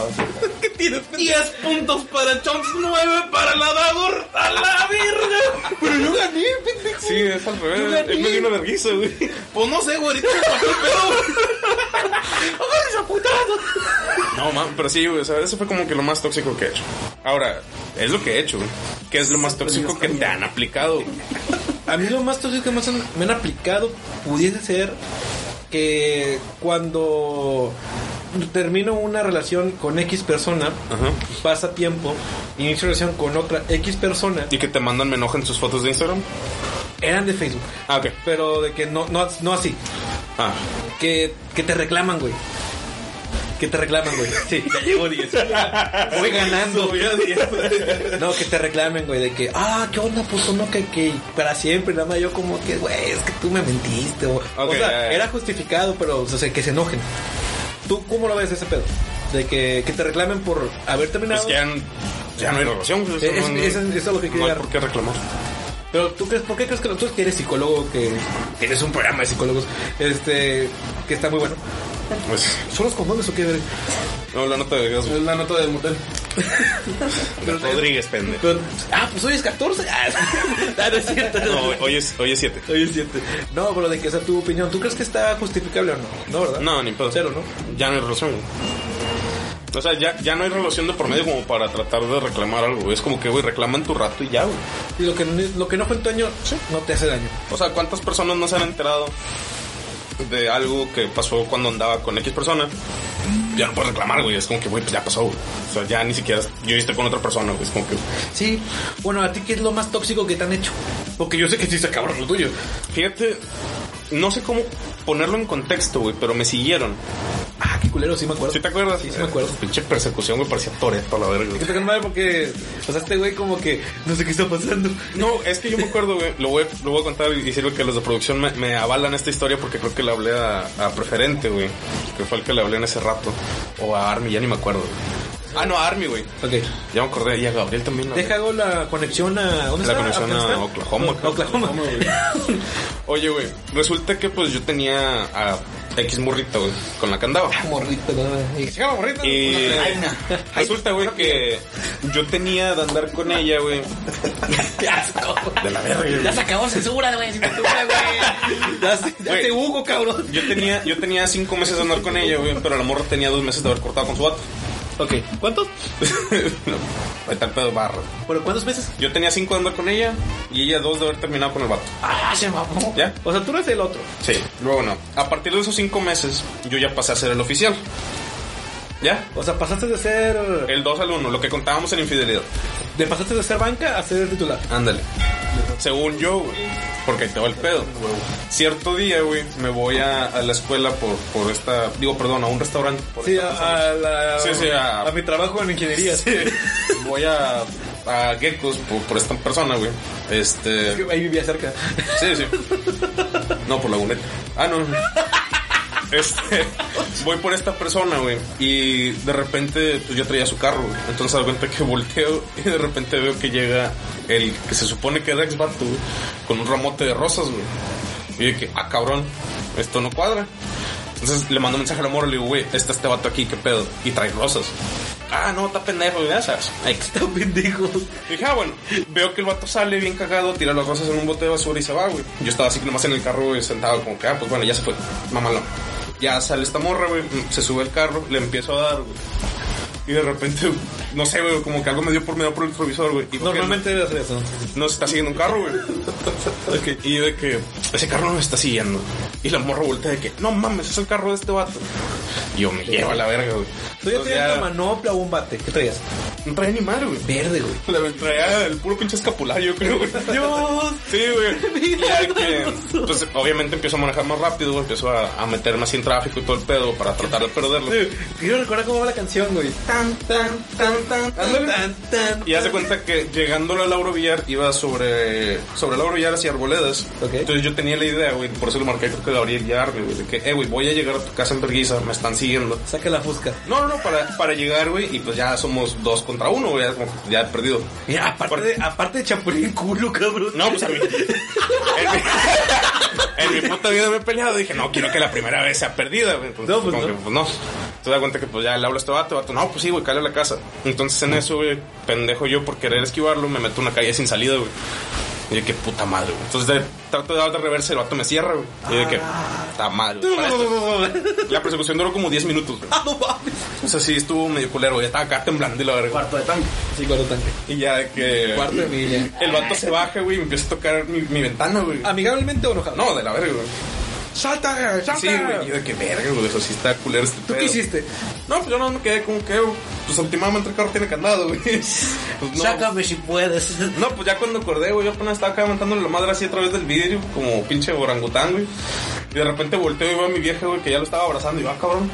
[SPEAKER 2] ¿Qué tienes?
[SPEAKER 4] 10 puntos para Chomps, 9 para la Dagor. ¡A la verga! Pero yo gané, pendejo.
[SPEAKER 1] Sí, es al revés.
[SPEAKER 4] gané.
[SPEAKER 1] Él me dio una vergüenza, güey.
[SPEAKER 4] Pues no sé, güey, ahorita me pasó el pedo.
[SPEAKER 1] No, ma- pero sí, güey, o sea, eso fue como que lo más tóxico que he hecho. Ahora, es lo que he hecho, güey. ¿Qué es lo más tóxico que te han aplicado? güey?
[SPEAKER 2] A mí lo más tóxico que más han- me han aplicado pudiese ser que cuando termino una relación con X persona,
[SPEAKER 1] Ajá.
[SPEAKER 2] pasa tiempo, inicio relación con otra X persona,
[SPEAKER 1] Y que te mandan me enojan sus fotos de Instagram.
[SPEAKER 2] eran de Facebook,
[SPEAKER 1] Ah, ok.
[SPEAKER 2] pero de que no, no, no así,
[SPEAKER 1] Ah.
[SPEAKER 2] que, que te reclaman, güey. Que te reclaman, güey. Sí, ya llevo 10. Voy ganando. No, que te reclamen, güey, de que, ah, ¿qué onda? Pues no, que, que para siempre, nada más yo como que, güey, es que tú me mentiste. O, o
[SPEAKER 1] Ok, ya,
[SPEAKER 2] sea,
[SPEAKER 1] ya.
[SPEAKER 2] era justificado, pero, o sea, que se enojen. ¿Tú cómo lo ves ese pedo? De que, que te reclamen por haber terminado.
[SPEAKER 1] Pues ya, n- ya no hay relación. pues,
[SPEAKER 2] Es-
[SPEAKER 1] no- no-
[SPEAKER 2] es- es a lo que quería
[SPEAKER 1] No hay
[SPEAKER 2] llegar.
[SPEAKER 1] por qué reclamar.
[SPEAKER 2] Pero tú crees, ¿por qué crees que los- tú que eres psicólogo, que tienes un programa de psicólogos, este, que está muy bueno?
[SPEAKER 1] Pues,
[SPEAKER 2] ¿Son los condones o qué? güey?
[SPEAKER 1] no, la nota de gas, güey.
[SPEAKER 4] Es la nota del motel.
[SPEAKER 2] Pero-
[SPEAKER 1] Rodríguez, pendejo.
[SPEAKER 2] pero- ah, pues hoy es 14. Ah, no es cierto.
[SPEAKER 1] No, güey, hoy es, hoy es 7.
[SPEAKER 2] Hoy es 7. No, pero de que sea tu opinión. ¿Tú crees que está justificable o no? No, ¿verdad?
[SPEAKER 1] No, ni pedo.
[SPEAKER 2] Cero, ¿no?
[SPEAKER 1] Ya no hay relación, güey. O sea, ya, ya no hay relación de por medio como para tratar de reclamar algo. güey. Es como que, güey, reclaman tu rato y ya, güey.
[SPEAKER 2] Y lo que, no- lo que no fue en tu año, no te hace daño.
[SPEAKER 1] O sea, ¿cuántas personas no se han enterado de algo que pasó cuando andaba con X persona? Ya no puedes reclamar, güey. Es como que, güey, pues ya pasó, güey. O sea, ya ni siquiera yo estoy con otra persona, güey. Es como que,
[SPEAKER 2] Sí. Bueno, ¿a ti qué es lo más tóxico que te han hecho? Porque yo sé que sí está cabrón lo tuyo.
[SPEAKER 1] fíjate, no sé cómo ponerlo en contexto, güey, pero me siguieron.
[SPEAKER 2] Ah, qué culero, sí me acuerdo.
[SPEAKER 1] ¿Sí te acuerdas?
[SPEAKER 2] Sí, sí me acuerdo.
[SPEAKER 1] Eh, pinche persecución, güey, parecía Toreto, la verga.
[SPEAKER 2] Que
[SPEAKER 1] güey.
[SPEAKER 2] te caen mal porque, o sea, este güey como que no sé qué está pasando.
[SPEAKER 1] No, es que yo me acuerdo, güey, lo voy, lo voy a contar y sirve que los de producción me, me avalan esta historia porque creo que le hablé a, a Preferente, güey, que fue el que le hablé en ese rato. O a Army, ya ni me acuerdo, güey. Ah, no, a Army, güey.
[SPEAKER 2] Ok.
[SPEAKER 1] Ya me acordé, y a Gabriel también. ¿no?
[SPEAKER 2] Deja hago la conexión a. ¿Dónde
[SPEAKER 1] La
[SPEAKER 2] está?
[SPEAKER 1] conexión a
[SPEAKER 2] ¿Afganistán?
[SPEAKER 1] Oklahoma,
[SPEAKER 2] No,
[SPEAKER 1] creo.
[SPEAKER 2] Oklahoma.
[SPEAKER 1] Oye, güey, resulta que pues yo tenía a X morrito, güey, con la que andaba.
[SPEAKER 2] Morrito, ¿no? Y-
[SPEAKER 1] Y resulta, güey, que yo tenía de andar con ella, güey. De la verga, güey.
[SPEAKER 5] Ya se acabó censura, güey. Censura, güey.
[SPEAKER 2] Ya, se- ya
[SPEAKER 1] Güey.
[SPEAKER 2] te hubo, cabrón.
[SPEAKER 1] Yo tenía, yo tenía cinco meses de andar con ella, güey, pero la morra tenía dos meses de haber cortado con su vato.
[SPEAKER 2] Ok. ¿Cuántos?
[SPEAKER 1] no, ahí está el pedo barro.
[SPEAKER 2] ¿Pero cuántos meses?
[SPEAKER 1] Yo tenía cinco de andar con ella y ella dos de haber terminado con el vato.
[SPEAKER 2] Ah, se mamó.
[SPEAKER 1] ¿Ya?
[SPEAKER 2] O sea, tú eres el otro.
[SPEAKER 1] Sí. Luego no. A partir de esos cinco meses, yo ya pasé a ser el oficial. ¿Ya?
[SPEAKER 2] O sea, pasaste de ser.
[SPEAKER 1] El 2 al 1, lo que contábamos en infidelidad.
[SPEAKER 2] De pasaste de ser banca a ser titular.
[SPEAKER 1] Ándale. Según yo, güey. Porque ahí te va el pedo. Cierto día, güey, me voy a, a la escuela por, por esta. Digo, perdón, a un restaurante. por
[SPEAKER 2] Sí,
[SPEAKER 1] esta persona.
[SPEAKER 2] a, a la.
[SPEAKER 1] Sí, sí, a-
[SPEAKER 2] mi trabajo en ingeniería.
[SPEAKER 1] Voy a. A Geckos por, por esta persona, güey. Este.
[SPEAKER 2] Que Ahí vivía cerca.
[SPEAKER 1] Sí, sí. No, por la Laguneta. Ah, no. Este, voy por esta persona, güey. Y de repente, pues yo traía su carro, güey. Entonces, al cuenta que volteo y de repente veo que llega el que se supone que era ex vato, güey, con un ramote de rosas, güey. Y de que, ah, cabrón, esto no cuadra. Entonces le mando un mensaje al amor, le digo, güey, está este vato aquí, qué pedo. Y trae rosas. Ah, no, está pendejo, ya sabes. Ex.
[SPEAKER 2] Está pendejo.
[SPEAKER 1] Y Dije, ah, bueno, veo que el vato sale bien cagado, tira las rosas en un bote de basura y se va, güey. Yo estaba así que nomás en el carro, güey, sentado como que, ah, pues bueno, ya se fue, mamalón. Ya sale esta morra, güey, se sube al carro, le empiezo a dar, güey. Y de repente, no sé, güey, como que algo me dio por medio por el retrovisor, güey. Y
[SPEAKER 2] Normalmente debe hacer eso.
[SPEAKER 1] no se está siguiendo un carro, güey. Ok, Y de que ese carro no me está siguiendo. Y la morra voltea de que, no mames, es el carro de este vato. Y yo me llevo a la verga, güey.
[SPEAKER 2] ¿Tú ya
[SPEAKER 1] Entonces,
[SPEAKER 2] tenías una manopla o un bate? ¿Qué traías?
[SPEAKER 1] No trae ni madre, güey.
[SPEAKER 2] Verde, güey.
[SPEAKER 1] La traía el puro pinche escapulario, creo, güey.
[SPEAKER 2] Dios.
[SPEAKER 1] Sí, güey. Ya que, pues, obviamente empiezo a manejar más rápido, güey. Empiezo a, a meterme así en tráfico y todo el pedo para tratar de perderlo.
[SPEAKER 2] Quiero recordar cómo va la canción, güey. Tan, tan, tan, tan, tan, tan, tan.
[SPEAKER 1] Y hace cuenta que llegándolo a Lauro Villar iba sobre, sobre Lauro Villar hacia Arboledas.
[SPEAKER 2] Ok.
[SPEAKER 1] Entonces yo tenía la idea, güey, por eso lo marqué, creo que Gabriel Villar, güey, de que, eh, güey, voy a llegar a tu casa en Berguisa, me están siguiendo.
[SPEAKER 2] Saca la fusca.
[SPEAKER 1] No, no, no, para, para llegar, güey, y pues ya somos dos contra uno, güey, ya, como que ya he perdido.
[SPEAKER 2] Mira, aparte de, aparte de chapulín culo, cabrón.
[SPEAKER 1] No, pues a mí. En mi, en mi puta vida me he peleado. Dije, no, quiero que la primera vez sea perdida, güey. Entonces,
[SPEAKER 2] No, pues
[SPEAKER 1] como
[SPEAKER 2] no.
[SPEAKER 1] que, pues no. Te das cuenta que pues ya le hablo a este vato, vato. No, pues sí, güey, cale a la casa. Entonces en eso, güey, pendejo yo por querer esquivarlo, me meto a una calle sin salida, güey. Y de que puta madre, güey. Entonces de- trato de dar otra reversa y el vato me cierra, güey. Y de que
[SPEAKER 2] Ah.
[SPEAKER 1] puta madre, güey. para esto. La persecución duró como 10 minutos, güey. O sea, sí estuvo medio culero, güey. Estaba acá temblando y la verga.
[SPEAKER 4] Cuarto de tanque.
[SPEAKER 2] Sí, cuarto tanque.
[SPEAKER 1] Y ya de que.
[SPEAKER 2] Cuarto de milla.
[SPEAKER 1] El vato se baja, güey, y me empieza a tocar mi, mi ventana, güey.
[SPEAKER 2] ¿Amigablemente o enojado?
[SPEAKER 1] No, de la verga, güey.
[SPEAKER 2] ¡Salta! ¡Salta!
[SPEAKER 1] Sí, güey. Y yo de que verga, güey. Eso sí está culero este
[SPEAKER 2] ¿Tú
[SPEAKER 1] pedo.
[SPEAKER 2] qué hiciste?
[SPEAKER 1] No, pues yo no me quedé como que, pues últimamente el carro tiene candado, güey. Pues, no.
[SPEAKER 5] Sácame si puedes.
[SPEAKER 1] No, pues ya cuando acordé, güey, yo apenas estaba acá aventándole la madre así a través del vidrio, como pinche orangután, güey. Y de repente volteo y veo a mi vieja, güey, que ya lo estaba abrazando y va, cabrón.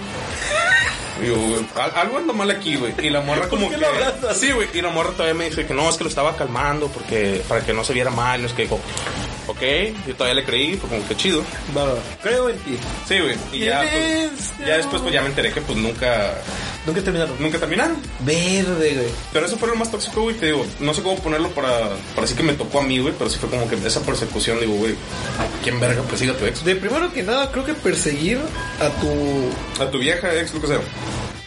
[SPEAKER 1] Y Digo, güey, al- algo anda mal aquí, güey. Y la morra como
[SPEAKER 2] qué
[SPEAKER 1] que.
[SPEAKER 2] lo abrazas?
[SPEAKER 1] Sí, güey. Y la morra todavía me dice que no, es que lo estaba calmando porque para que no se viera mal. Y es que digo, ok, yo todavía le creí, pues como que chido.
[SPEAKER 2] Va, va, va. Creo en ti. Este
[SPEAKER 1] Sí, güey. Y ya, pues,
[SPEAKER 2] Silencio.
[SPEAKER 1] ya después, pues ya me enteré que, pues nunca,
[SPEAKER 2] Nunca terminaron.
[SPEAKER 1] nunca terminaron.
[SPEAKER 2] Verde, güey.
[SPEAKER 1] Pero eso fue lo más tóxico, güey, te digo, no sé cómo ponerlo para, para así que me tocó a mí, güey, pero sí fue como que esa persecución, digo, güey, ¿quién verga persigue a tu ex?
[SPEAKER 2] De primero que nada, creo que perseguir a tu
[SPEAKER 1] A tu vieja ex, lo que sea.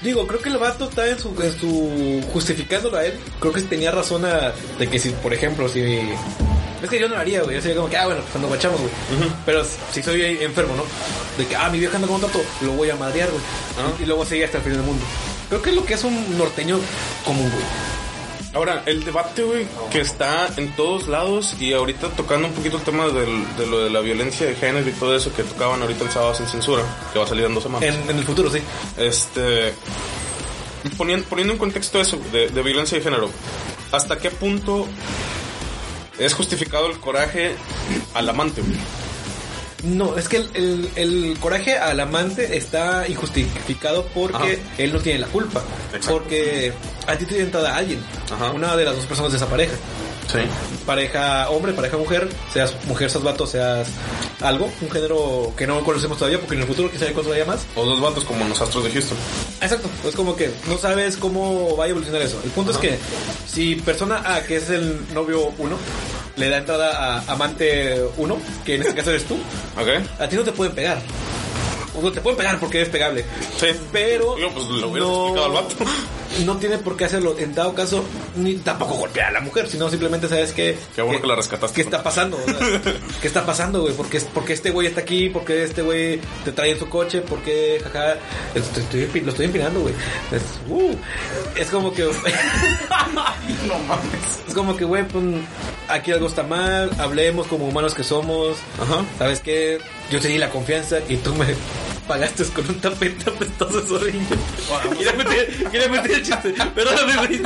[SPEAKER 2] Digo, creo que el vato está en su, en su justificándolo a él. Creo que tenía razón a- de que si, por ejemplo, si... Es que yo no lo haría, güey. Yo sería como que, ah, bueno, cuando guachamos, güey. Pero si soy enfermo, ¿no? De que, ah, mi vieja anda con un tanto, lo voy a madrear, güey.
[SPEAKER 1] Ah.
[SPEAKER 2] Y luego seguir hasta el fin del mundo. Creo que es lo que es un norteño común, güey.
[SPEAKER 1] Ahora, el debate, güey, que está en todos lados y ahorita tocando un poquito el tema del- de lo de la violencia de género y todo eso que tocaban ahorita el sábado sin censura, que va a salir en dos semanas.
[SPEAKER 2] En, en el futuro, sí.
[SPEAKER 1] Este. Poniendo, poniendo en contexto eso, de, de violencia de género, ¿hasta qué punto es justificado el coraje al amante, güey?
[SPEAKER 2] No, es que el, el- el coraje al amante está injustificado porque
[SPEAKER 1] Ajá.
[SPEAKER 2] él no tiene la culpa.
[SPEAKER 1] Exacto.
[SPEAKER 2] Porque a ti te identifica a alguien.
[SPEAKER 1] Ajá.
[SPEAKER 2] Una de las dos personas de esa pareja.
[SPEAKER 1] Sí.
[SPEAKER 2] pareja hombre, pareja mujer, seas mujer, seas vato, seas algo, un género que no conocemos todavía, porque en el futuro quizá sabe cuánto haya más.
[SPEAKER 1] O dos vatos como los astros de Houston.
[SPEAKER 2] Exacto, es como que no sabes cómo va a evolucionar eso. El punto es que si persona A, que es el novio 1, le da entrada a amante 1, que en este caso eres tú,
[SPEAKER 1] ¿Ok?
[SPEAKER 2] a ti no te pueden pegar. O no te pueden pegar porque eres pegable.
[SPEAKER 1] Sí.
[SPEAKER 2] Pero
[SPEAKER 1] Yo, pues, lo hubieras explicado al vato.
[SPEAKER 2] no tiene por qué hacerlo en dado caso, ni tampoco golpear a la mujer, sino simplemente sabes que...
[SPEAKER 1] Qué bueno que la rescataste.
[SPEAKER 2] ¿Qué está pasando? O sea, ¿Qué está pasando, güey? ¿Por qué, por qué este güey está aquí? ¿Por qué este güey te trae en su coche? ¿Por qué, jaja? Estoy- estoy empi- lo estoy empinando, güey. Es, uh, es como que... Es como que, güey, pues, aquí algo está mal, hablemos como humanos que somos.
[SPEAKER 1] Ajá.
[SPEAKER 2] ¿Sabes qué? Yo te di la confianza y tú me pagaste con un tapete apestoso zorrillo. Quería meter, quería meter el chiste. Perdóname, güey.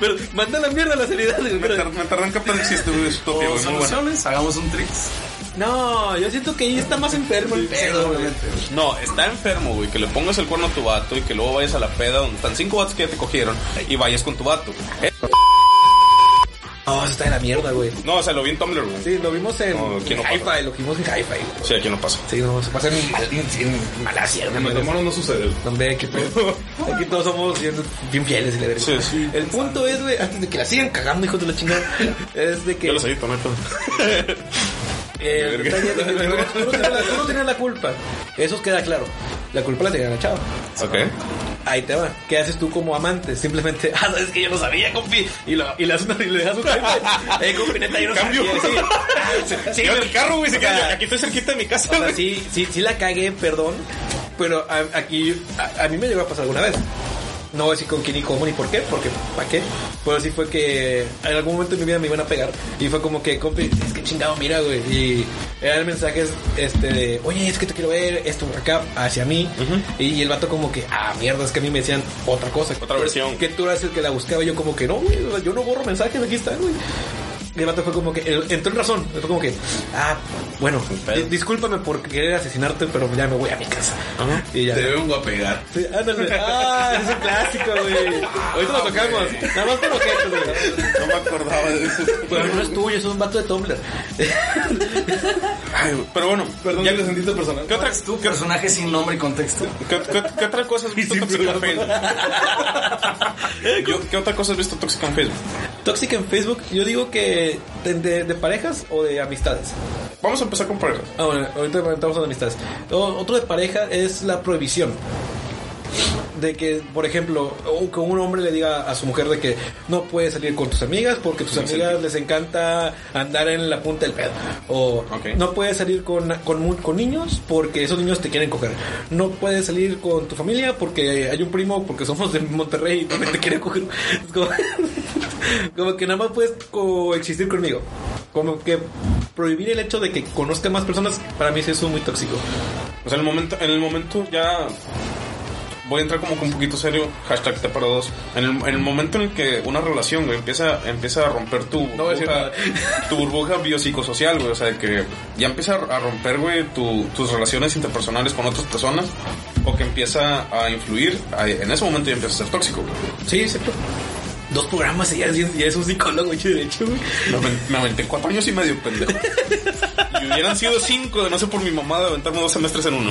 [SPEAKER 2] Pero manda la mierda a la seriedad, güey.
[SPEAKER 1] Me,
[SPEAKER 2] pero-
[SPEAKER 1] tar- me tardé en captar el chiste, güey. Es
[SPEAKER 4] O
[SPEAKER 1] topio, güey. Muy bueno.
[SPEAKER 4] soluciones, hagamos un tricks.
[SPEAKER 2] No, yo siento que ahí está más enfermo el pedo, güey.
[SPEAKER 1] No, está enfermo, güey. Que le pongas el cuerno a tu vato y que luego vayas a la peda donde están cinco vatos que ya te cogieron y vayas con tu vato. güey. Eh,
[SPEAKER 2] No, eso está en la mierda, güey.
[SPEAKER 1] No, o sea, lo vi en Tumblr, güey. Sí.
[SPEAKER 2] Sí, lo vimos en
[SPEAKER 1] No, aquí no
[SPEAKER 2] hi
[SPEAKER 1] pasa.
[SPEAKER 2] lo vimos en Hi-Fi. güey.
[SPEAKER 1] aquí no pasa.
[SPEAKER 2] Sí, no, se pasa en, Mal- en Malasia, güey.
[SPEAKER 1] no sucede.
[SPEAKER 2] Hombre, qué pedo. Aquí todos somos bien, bien fieles y la verga.
[SPEAKER 1] Sí, sí.
[SPEAKER 2] El punto es, güey, antes de que la sigan cagando, hijos de la chingada, es de que...
[SPEAKER 1] Yo lo seguí, tomé todo.
[SPEAKER 2] Eh, el
[SPEAKER 1] Verga.
[SPEAKER 2] detalle es de que tú no- tú no tenías la- tú no tenías la culpa. Eso queda claro. La culpa la tenía la chava.
[SPEAKER 1] Ok.
[SPEAKER 2] Ahí te va. ¿Qué haces tú como amante? Simplemente, ah, sabes que yo no sabía, compi. Y, lo, y, le, das una- y le das un golpe. Eh, compi, neta, yo no
[SPEAKER 1] Cambio.
[SPEAKER 2] sabía. Sí.
[SPEAKER 1] Se quedó en el carro, güey. Se
[SPEAKER 2] O sea,
[SPEAKER 1] quedó. Aquí estoy cerquita de mi casa,
[SPEAKER 2] O sea,
[SPEAKER 1] güey.
[SPEAKER 2] sí, sí, sí la cagué, perdón. Pero a- aquí, a, a mí me llegó a pasar alguna vez. No voy a decir con quién ni cómo ni por qué, porque ¿para qué? Pero sí fue que en algún momento de mi vida me iban a pegar. Y fue como que, compi, es que chingado, mira, güey. Y era el mensaje este de, oye, es que te quiero ver, esto acá, hacia mí. y, el vato como que, ah, mierda, es que a mí me decían otra cosa.
[SPEAKER 1] Otra versión.
[SPEAKER 2] Que tú eras el que la buscaba. y Yo como que, no, güey, o sea, yo no borro mensajes, aquí están, güey. Y el vato fue como que, el- entró en razón. Fue como que, ah, bueno,
[SPEAKER 1] pedo.
[SPEAKER 2] di- discúlpame por querer asesinarte, pero ya me voy a mi casa. Y ya.
[SPEAKER 4] Te vengo a pegar.
[SPEAKER 2] Sí, ándale. Ah, es un clásico, güey. Ahorita lo tocamos. Nada más por objetos, güey.
[SPEAKER 1] No me acordaba de eso.
[SPEAKER 2] Pero no es tuyo, es un vato de Tumblr.
[SPEAKER 1] Ay, güey, Pero bueno,
[SPEAKER 3] Perdón,
[SPEAKER 1] ya-
[SPEAKER 3] lo sentiste personal.
[SPEAKER 1] ¿Qué otra,
[SPEAKER 4] Tu personaje sin nombre y contexto.
[SPEAKER 1] ¿Qué, qué, qué otra cosa has visto tóxica en Facebook? Yo- ¿Qué otra cosa has visto tóxica en Facebook?
[SPEAKER 2] Tóxica en Facebook, yo digo que de, de- de parejas o de amistades.
[SPEAKER 1] Vamos a empezar con parejas.
[SPEAKER 2] Ah, bueno, ahorita comentamos de amistades. O- otro de pareja es la prohibición. de que, por ejemplo, o que un hombre le diga a su mujer de que no puede salir con tus amigas porque tus amigas les encanta andar en la punta del pedo. O
[SPEAKER 1] Ok.
[SPEAKER 2] no puedes salir con, con, mu- con niños porque esos niños te quieren coger. No puedes salir con tu familia porque hay un primo porque somos de Monterrey y también te quiere coger. Es como, como que nada más puedes coexistir conmigo. Como que prohibir el hecho de que conozca más personas para mí sí es muy tóxico.
[SPEAKER 1] O sea, en el momento, en el momento ya voy a entrar como que un poquito serio, hashtag te para dos. En el, en el momento en el que una relación, güey, empieza, empieza a romper tu burbuja,
[SPEAKER 2] voy a decir nada.
[SPEAKER 1] tu burbuja biopsicosocial, güey. O sea, que ya empieza a romper, güey, tu- tus relaciones interpersonales con otras personas. O que empieza a influir, ahí- en ese momento ya empieza a ser tóxico, güey.
[SPEAKER 2] Sí, exacto. Dos programas y ya, es- ya es un psicólogo hecho y derecho, güey.
[SPEAKER 1] Me aven- Me aventé cuatro años y medio, pendejo. Y hubieran sido cinco, de no sé por mi mamá, de aventarme dos semestres en uno.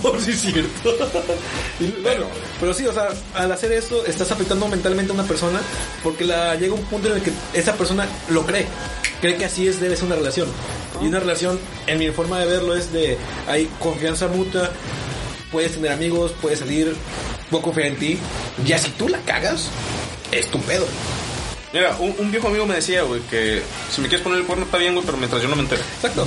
[SPEAKER 2] Por si es cierto. Y bueno, pero, sí, o sea, al hacer esto estás afectando mentalmente a una persona porque la llega un punto en el que esa persona lo cree. Cree que así es, debe ser una relación. Y una relación, en mi forma de verlo, es de hay confianza mutua, puedes tener amigos, puedes salir, puedo confiar en ti. Ya si tú la cagas, es tu pedo.
[SPEAKER 1] Mira, un, un viejo amigo me decía, güey, que si me quieres poner el cuerno está bien, güey, pero mientras yo no me entere.
[SPEAKER 2] Exacto.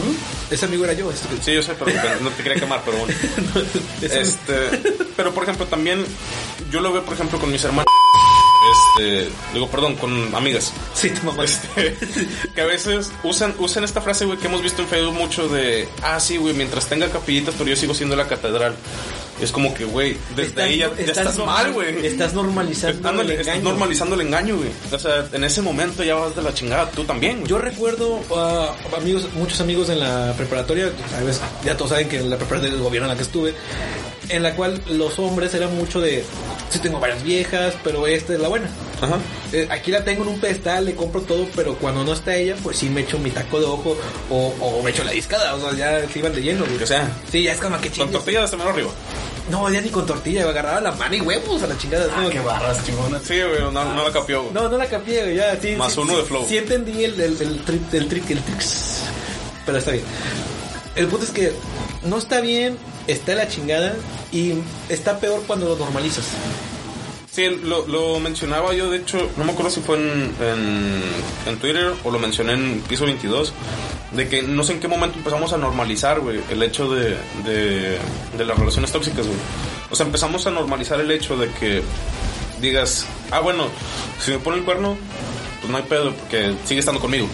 [SPEAKER 2] Ese amigo era yo. es-
[SPEAKER 1] Sí, yo sé, pero pero no te quería quemar, pero bueno.
[SPEAKER 2] es-
[SPEAKER 1] Este, pero por ejemplo, también yo lo veo, por ejemplo, con mis hermanos. Este, digo, perdón, con amigas.
[SPEAKER 2] Sí, te mamaste.
[SPEAKER 1] Este, que a veces usan, usan esta frase, güey, que hemos visto en Facebook mucho de, ah, sí, güey, mientras tenga capillitas, pero yo sigo siendo la catedral. Es como que, güey, desde ahí ya, ya estás mal,
[SPEAKER 2] normal-
[SPEAKER 1] güey.
[SPEAKER 2] Estás normalizando.
[SPEAKER 1] Ándale,
[SPEAKER 2] el
[SPEAKER 1] estás
[SPEAKER 2] engaño.
[SPEAKER 1] normalizando el engaño, güey. O sea, en ese momento ya vas de la chingada, tú también, güey.
[SPEAKER 2] Yo recuerdo a amigos, muchos amigos en la preparatoria, a veces ya todos saben que en la preparatoria del gobierno en la que estuve, en la cual los hombres eran mucho de, sí tengo varias viejas, pero esta es la buena.
[SPEAKER 1] Ajá.
[SPEAKER 2] Eh, aquí la tengo en un pedestal, le compro todo, pero cuando no está ella, pues sí me echo mi taco de ojo o, o me echo la discada, o sea, ya se iban de lleno. güey.
[SPEAKER 1] O sea,
[SPEAKER 2] sí, ya es como que
[SPEAKER 1] Con
[SPEAKER 2] chingas.
[SPEAKER 1] tortillas hasta menos arriba.
[SPEAKER 2] No, ya ni con tortilla, agarraba la mano y huevos a la chingada. es
[SPEAKER 1] Ah,
[SPEAKER 2] como
[SPEAKER 3] Ah, Qué
[SPEAKER 2] que-
[SPEAKER 3] barras, chingonas.
[SPEAKER 1] Sí, güey, no, no la capió, güey.
[SPEAKER 2] No, no la cambié, güey, ya, sí.
[SPEAKER 1] Más
[SPEAKER 2] sí,
[SPEAKER 1] uno
[SPEAKER 2] sí,
[SPEAKER 1] de flow.
[SPEAKER 2] Sí entendí el, el, el trip, el trick, el tricks. Pero está bien. El punto es que no está bien, está la chingada y está peor cuando lo normalizas.
[SPEAKER 1] Sí, lo, lo mencionaba yo, de hecho, no me acuerdo si fue en, en, en Twitter o lo mencioné en piso 22, de que no sé en qué momento empezamos a normalizar, güey, el hecho de, de, de las relaciones tóxicas, güey. O sea, empezamos a normalizar el hecho de que digas, ah, bueno, si me pone el cuerno, pues no hay pedo, porque sigue estando conmigo.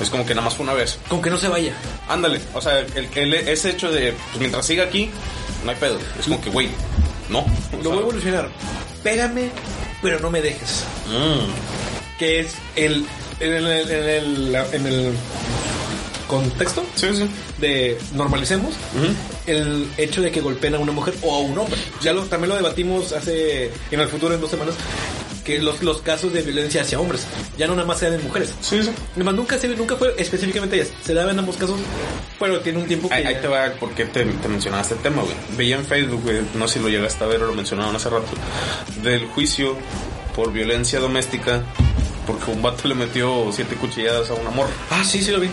[SPEAKER 1] Es como que nada más fue una vez.
[SPEAKER 2] Con que no se vaya.
[SPEAKER 1] Ándale, o sea, el, el- ese hecho de, pues mientras siga aquí, no hay pedo. Es como que, güey, no. O
[SPEAKER 2] Lo
[SPEAKER 1] sea,
[SPEAKER 2] voy a evolucionar. Pégame, pero no me dejes.
[SPEAKER 1] mm.
[SPEAKER 2] Que es el. En el, en el, en el contexto
[SPEAKER 1] Sí, sí.
[SPEAKER 2] de normalicemos el hecho de que golpeen a una mujer o a un hombre. Ya lo, también lo debatimos hace en el futuro en dos semanas que los, los casos de violencia hacia hombres ya no nada más se dan en mujeres.
[SPEAKER 1] Sí, sí.
[SPEAKER 2] Además, nunca se nunca fue específicamente ellas. Se daba en ambos casos, pero tiene un tiempo que
[SPEAKER 1] Ahí, ahí
[SPEAKER 2] ya-
[SPEAKER 1] te va porque te, te mencionaba este tema, güey. Veía en Facebook, güey, no sé si lo llegaste a ver o lo mencionaron hace rato, del juicio por violencia doméstica porque un vato le metió siete cuchilladas a una morra.
[SPEAKER 2] Ah, sí, sí lo vi.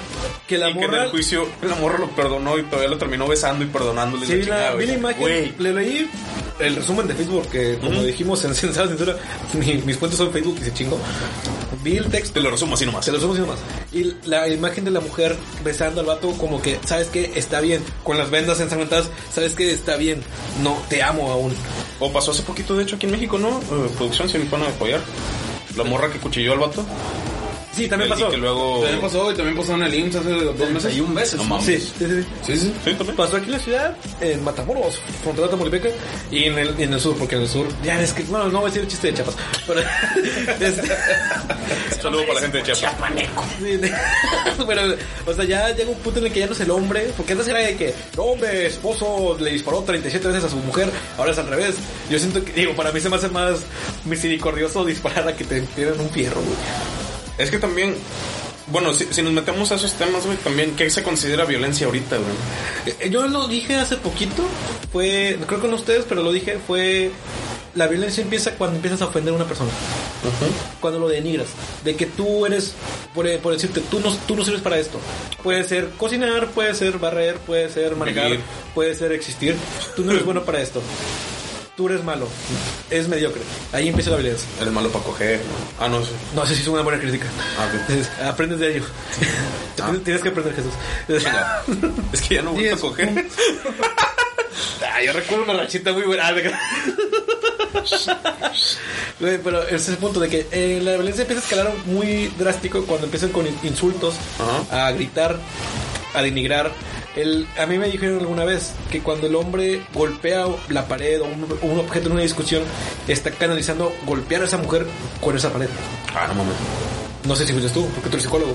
[SPEAKER 2] Que la
[SPEAKER 1] y que en
[SPEAKER 2] morra
[SPEAKER 1] el juicio la morra lo perdonó y todavía lo terminó besando y perdonándole.
[SPEAKER 2] Sí,
[SPEAKER 1] la
[SPEAKER 2] vi
[SPEAKER 1] chingada,
[SPEAKER 2] la, vi
[SPEAKER 1] güey.
[SPEAKER 2] la imagen,
[SPEAKER 1] Güey,
[SPEAKER 2] le leí el resumen de Facebook, que como
[SPEAKER 1] Ujú.
[SPEAKER 2] dijimos en Censura Censura, mi- mis cuentas son Facebook y se chingo. Vi el texto.
[SPEAKER 1] te lo resumo así nomás.
[SPEAKER 2] Se los somos más. Y la imagen de la mujer besando al vato como que, ¿sabes que Está bien. Con las vendas ensangrentadas, ¿sabes que Está bien. No, te amo aún.
[SPEAKER 1] O pasó hace poquito, de hecho, aquí en México, ¿no? Eh, producción, si me ponen a apoyar. La morra que cuchilló al vato.
[SPEAKER 2] Sí, también
[SPEAKER 1] El- y
[SPEAKER 2] pasó.
[SPEAKER 1] que luego...
[SPEAKER 4] También pasó y también pasó en el IMSS hace dos meses.
[SPEAKER 3] un beso.
[SPEAKER 1] No mames.
[SPEAKER 2] Sí, sí, sí, sí.
[SPEAKER 4] Sí, sí.
[SPEAKER 1] Sí, también.
[SPEAKER 2] Pasó aquí en la ciudad, en Matamoros, frontera Tamaulipeca, y en el, y en el sur, porque en el sur, ya es que, bueno, no voy a decir el chiste de Chiapas, pero, este,
[SPEAKER 1] Saludo para la gente de Chiapas.
[SPEAKER 5] Chapaneco.
[SPEAKER 2] Sí, de- Pero, o sea, ya llega un punto en el que ya no es el hombre, porque antes era de que, no, hombre, esposo le disparó 37 veces a su mujer, ahora es al revés. Yo siento que, digo, para mí se me hace más misericordioso disparar a que te dieran un fierro, güey.
[SPEAKER 1] Es que también, bueno, si, si nos metemos a esos temas, güey, también, ¿qué se considera violencia ahorita, güey?
[SPEAKER 2] Eh, Yo lo dije hace poquito, fue, creo que no ustedes, pero lo dije, fue, la violencia empieza cuando empiezas a ofender a una persona. Cuando lo denigras, de que tú eres, por, eh, por decirte, tú no, tú no sirves para esto. Puede ser cocinar, puede ser barrer, puede ser manejar,
[SPEAKER 1] Vivir.
[SPEAKER 2] puede ser existir. Tú no eres bueno para esto. tú eres malo, es mediocre. Ahí empieza la violencia.
[SPEAKER 1] Eres malo para coger. Ah, no. sí.
[SPEAKER 2] No sé si es una buena crítica.
[SPEAKER 1] Ah, ok.
[SPEAKER 2] Es- Aprendes de ello. Tienes- Tienes que aprender, Jesús.
[SPEAKER 1] Es que ya no voy a coger.
[SPEAKER 2] Ah, yo recuerdo una rachita muy buena. Ah, de- Güey, Pero ese es el punto de que eh, la violencia empieza a escalar muy drástico cuando empiezan con in- insultos,
[SPEAKER 1] Ajá.
[SPEAKER 2] a gritar, a denigrar. El, a mí me dijeron alguna vez que cuando el hombre golpea la pared o un, un objeto en una discusión, está canalizando golpear a esa mujer con esa pared.
[SPEAKER 1] Ah, no mames.
[SPEAKER 2] No sé si fuiste tú, porque tú eres psicólogo.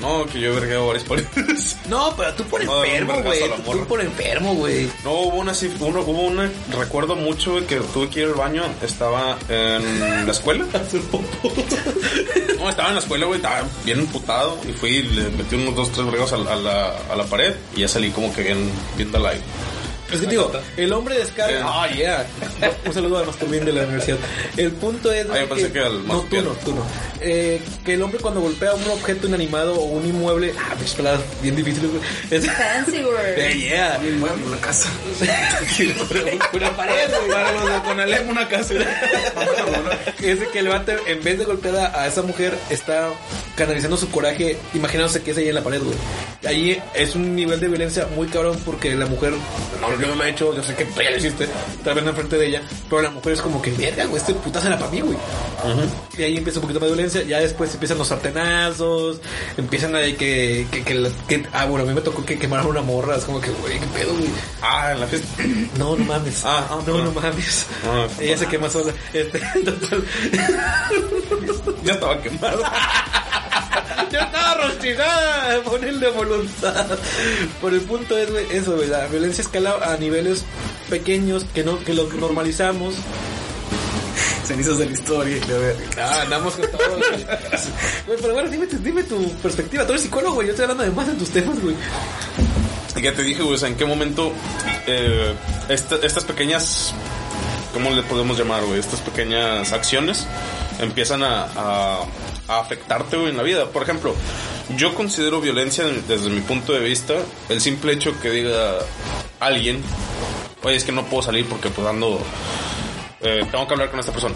[SPEAKER 1] No, que yo he vergueado varias paredes.
[SPEAKER 2] No, pero tú por
[SPEAKER 1] No,
[SPEAKER 2] enfermo,
[SPEAKER 1] un vergazo
[SPEAKER 2] güey.
[SPEAKER 1] a la
[SPEAKER 2] Tú-
[SPEAKER 1] morra.
[SPEAKER 2] Tú por enfermo, güey.
[SPEAKER 1] No, hubo una, sí, uno, hubo una, recuerdo mucho güey, que tuve que ir al baño, estaba en la escuela. No, estaba en la escuela, güey, estaba bien emputado y fui y le metí unos dos, tres bregos a, la- a la, a la pared y ya salí como que bien, bien live.
[SPEAKER 2] Es que te digo, el hombre descarga.
[SPEAKER 1] Bien.
[SPEAKER 2] Ah, yeah. Un saludo al masturbín de la universidad. El punto es.
[SPEAKER 1] Ah, yo pensé que al
[SPEAKER 2] No, tú
[SPEAKER 1] masturbiano.
[SPEAKER 2] no, tú no. Eh, que el hombre cuando golpea un objeto inanimado o un inmueble. Ah, pues palabras bien difíciles, güey. Es.
[SPEAKER 5] Fancy word.
[SPEAKER 2] Eh, yeah.
[SPEAKER 4] Mueve la casa.
[SPEAKER 2] Una pared,
[SPEAKER 4] Para los de Conalep, una casa.
[SPEAKER 2] Es de que el vato, en vez de golpear a, a esa mujer, está canalizando su coraje, imaginándose que es ahí en la pared, güey. Ahí es un nivel de violencia muy cabrón porque la mujer, no, yo no lo he hecho, yo sé que ya lo hiciste, tal vez no enfrente de ella, pero la mujer es como que, verga, güey, este putazo era para mí, güey. Y ahí empieza un poquito más de violencia, ya después empiezan los sartenazos, empiezan a de que, que, que, la- que- ah, bueno, a mí me tocó que quemaron una morra, es como que, güey, qué pedo, güey.
[SPEAKER 1] Ah, en la fiesta.
[SPEAKER 2] No, no mames.
[SPEAKER 1] Ah, ah,
[SPEAKER 2] no, no,
[SPEAKER 1] perdón.
[SPEAKER 2] mames.
[SPEAKER 1] Ah,
[SPEAKER 2] Ella se quema sola. Este, total.
[SPEAKER 1] Ya estaba quemado.
[SPEAKER 2] Yo estaba rostizada, ponerle voluntad. Por el punto es güey, eso, güey, la violencia escala a niveles pequeños que no que lo normalizamos.
[SPEAKER 4] Cenizas de la historia. y la verga.
[SPEAKER 2] Ah, andamos con todo. güey. Güey, Pero bueno, dime, tu- dime tu perspectiva. Tú eres psicólogo, güey, yo estoy hablando de más de tus temas, güey.
[SPEAKER 1] Y ya te dije, güey, o sea, en qué momento eh, esta- estas pequeñas, ¿cómo le podemos llamar, güey? Estas pequeñas acciones empiezan a, a- a afectarte, güey, en la vida. Por ejemplo, yo considero violencia desde mi punto de vista el simple hecho que diga alguien, oye, es que no puedo salir porque pues ando, eh, tengo que hablar con esta persona.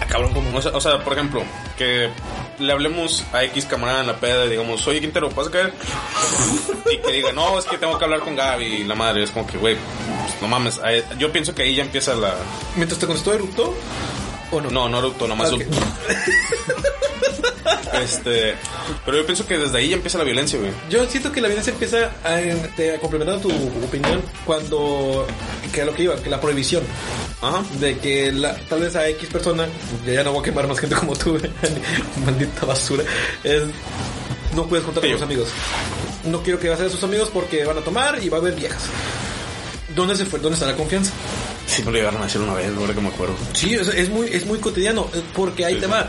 [SPEAKER 1] Ah, cabrón, ¿cómo? O sea, o sea, por ejemplo, que le hablemos a X camarada en la peda y digamos, oye, Quintero, ¿vas a caer? y que diga, no, es que tengo que hablar con Gaby y la madre. Es como que, güey, pues, no mames. ahí- Yo pienso que ahí ya empieza la.
[SPEAKER 2] Mientras te contestó, ¿eruptó? ¿O no?
[SPEAKER 1] No, no eructo, nomás
[SPEAKER 2] Ok.
[SPEAKER 1] un- Este. Pero yo pienso que desde ahí ya empieza la violencia, güey.
[SPEAKER 2] Yo siento que la violencia empieza a, en- te- a complementar tu opinión cuando que a lo que iba, que la prohibición
[SPEAKER 1] Ajá.
[SPEAKER 2] de que la, tal vez a X persona, ya, ya no voy a quemar más gente como tú, maldita basura, es, no puedes juntar con
[SPEAKER 1] Sí.
[SPEAKER 2] tus amigos. No quiero que vas a ser sus amigos porque van a tomar y va a haber viejas. ¿Dónde se fue? ¿Dónde está la confianza?
[SPEAKER 1] Sí, me lo llegaron a decir una vez, ahora que me acuerdo.
[SPEAKER 2] Sí, es, es muy es muy cotidiano, eh, porque ahí
[SPEAKER 1] Sí,
[SPEAKER 2] te
[SPEAKER 1] sí.
[SPEAKER 2] va.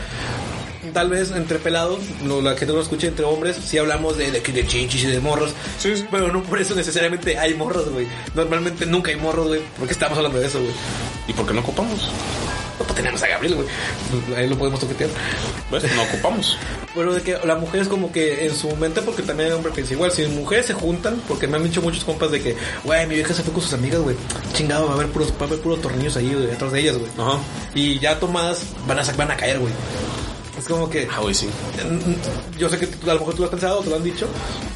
[SPEAKER 2] Tal vez entre pelados, no, la gente no lo escucha entre hombres, si hablamos de, de, de chinchis y de morros,
[SPEAKER 1] Sí, sí.
[SPEAKER 2] pero no por eso necesariamente hay morros, güey. Normalmente nunca hay morros, güey, porque estamos hablando de eso, güey.
[SPEAKER 1] ¿Y por qué no ocupamos?
[SPEAKER 2] No, pues tenemos a Gabriel, güey. Ahí lo podemos toquetear.
[SPEAKER 1] ¿Ves? No ocupamos.
[SPEAKER 2] Pero de que la mujer es como que en su mente, porque también el hombre piensa igual. Si mujeres se juntan, porque me han dicho muchos compas de que, güey, mi vieja se fue con sus amigas, güey. Chingado, va a haber puros, va a haber puros tornillos ahí, güey, detrás de ellas, güey.
[SPEAKER 1] Ajá.
[SPEAKER 2] Y ya tomadas van a, sa- van a caer, güey. Es como que,
[SPEAKER 1] Ah, güey, sí.
[SPEAKER 2] yo sé que tú- a lo mejor tú lo has pensado, te lo han dicho.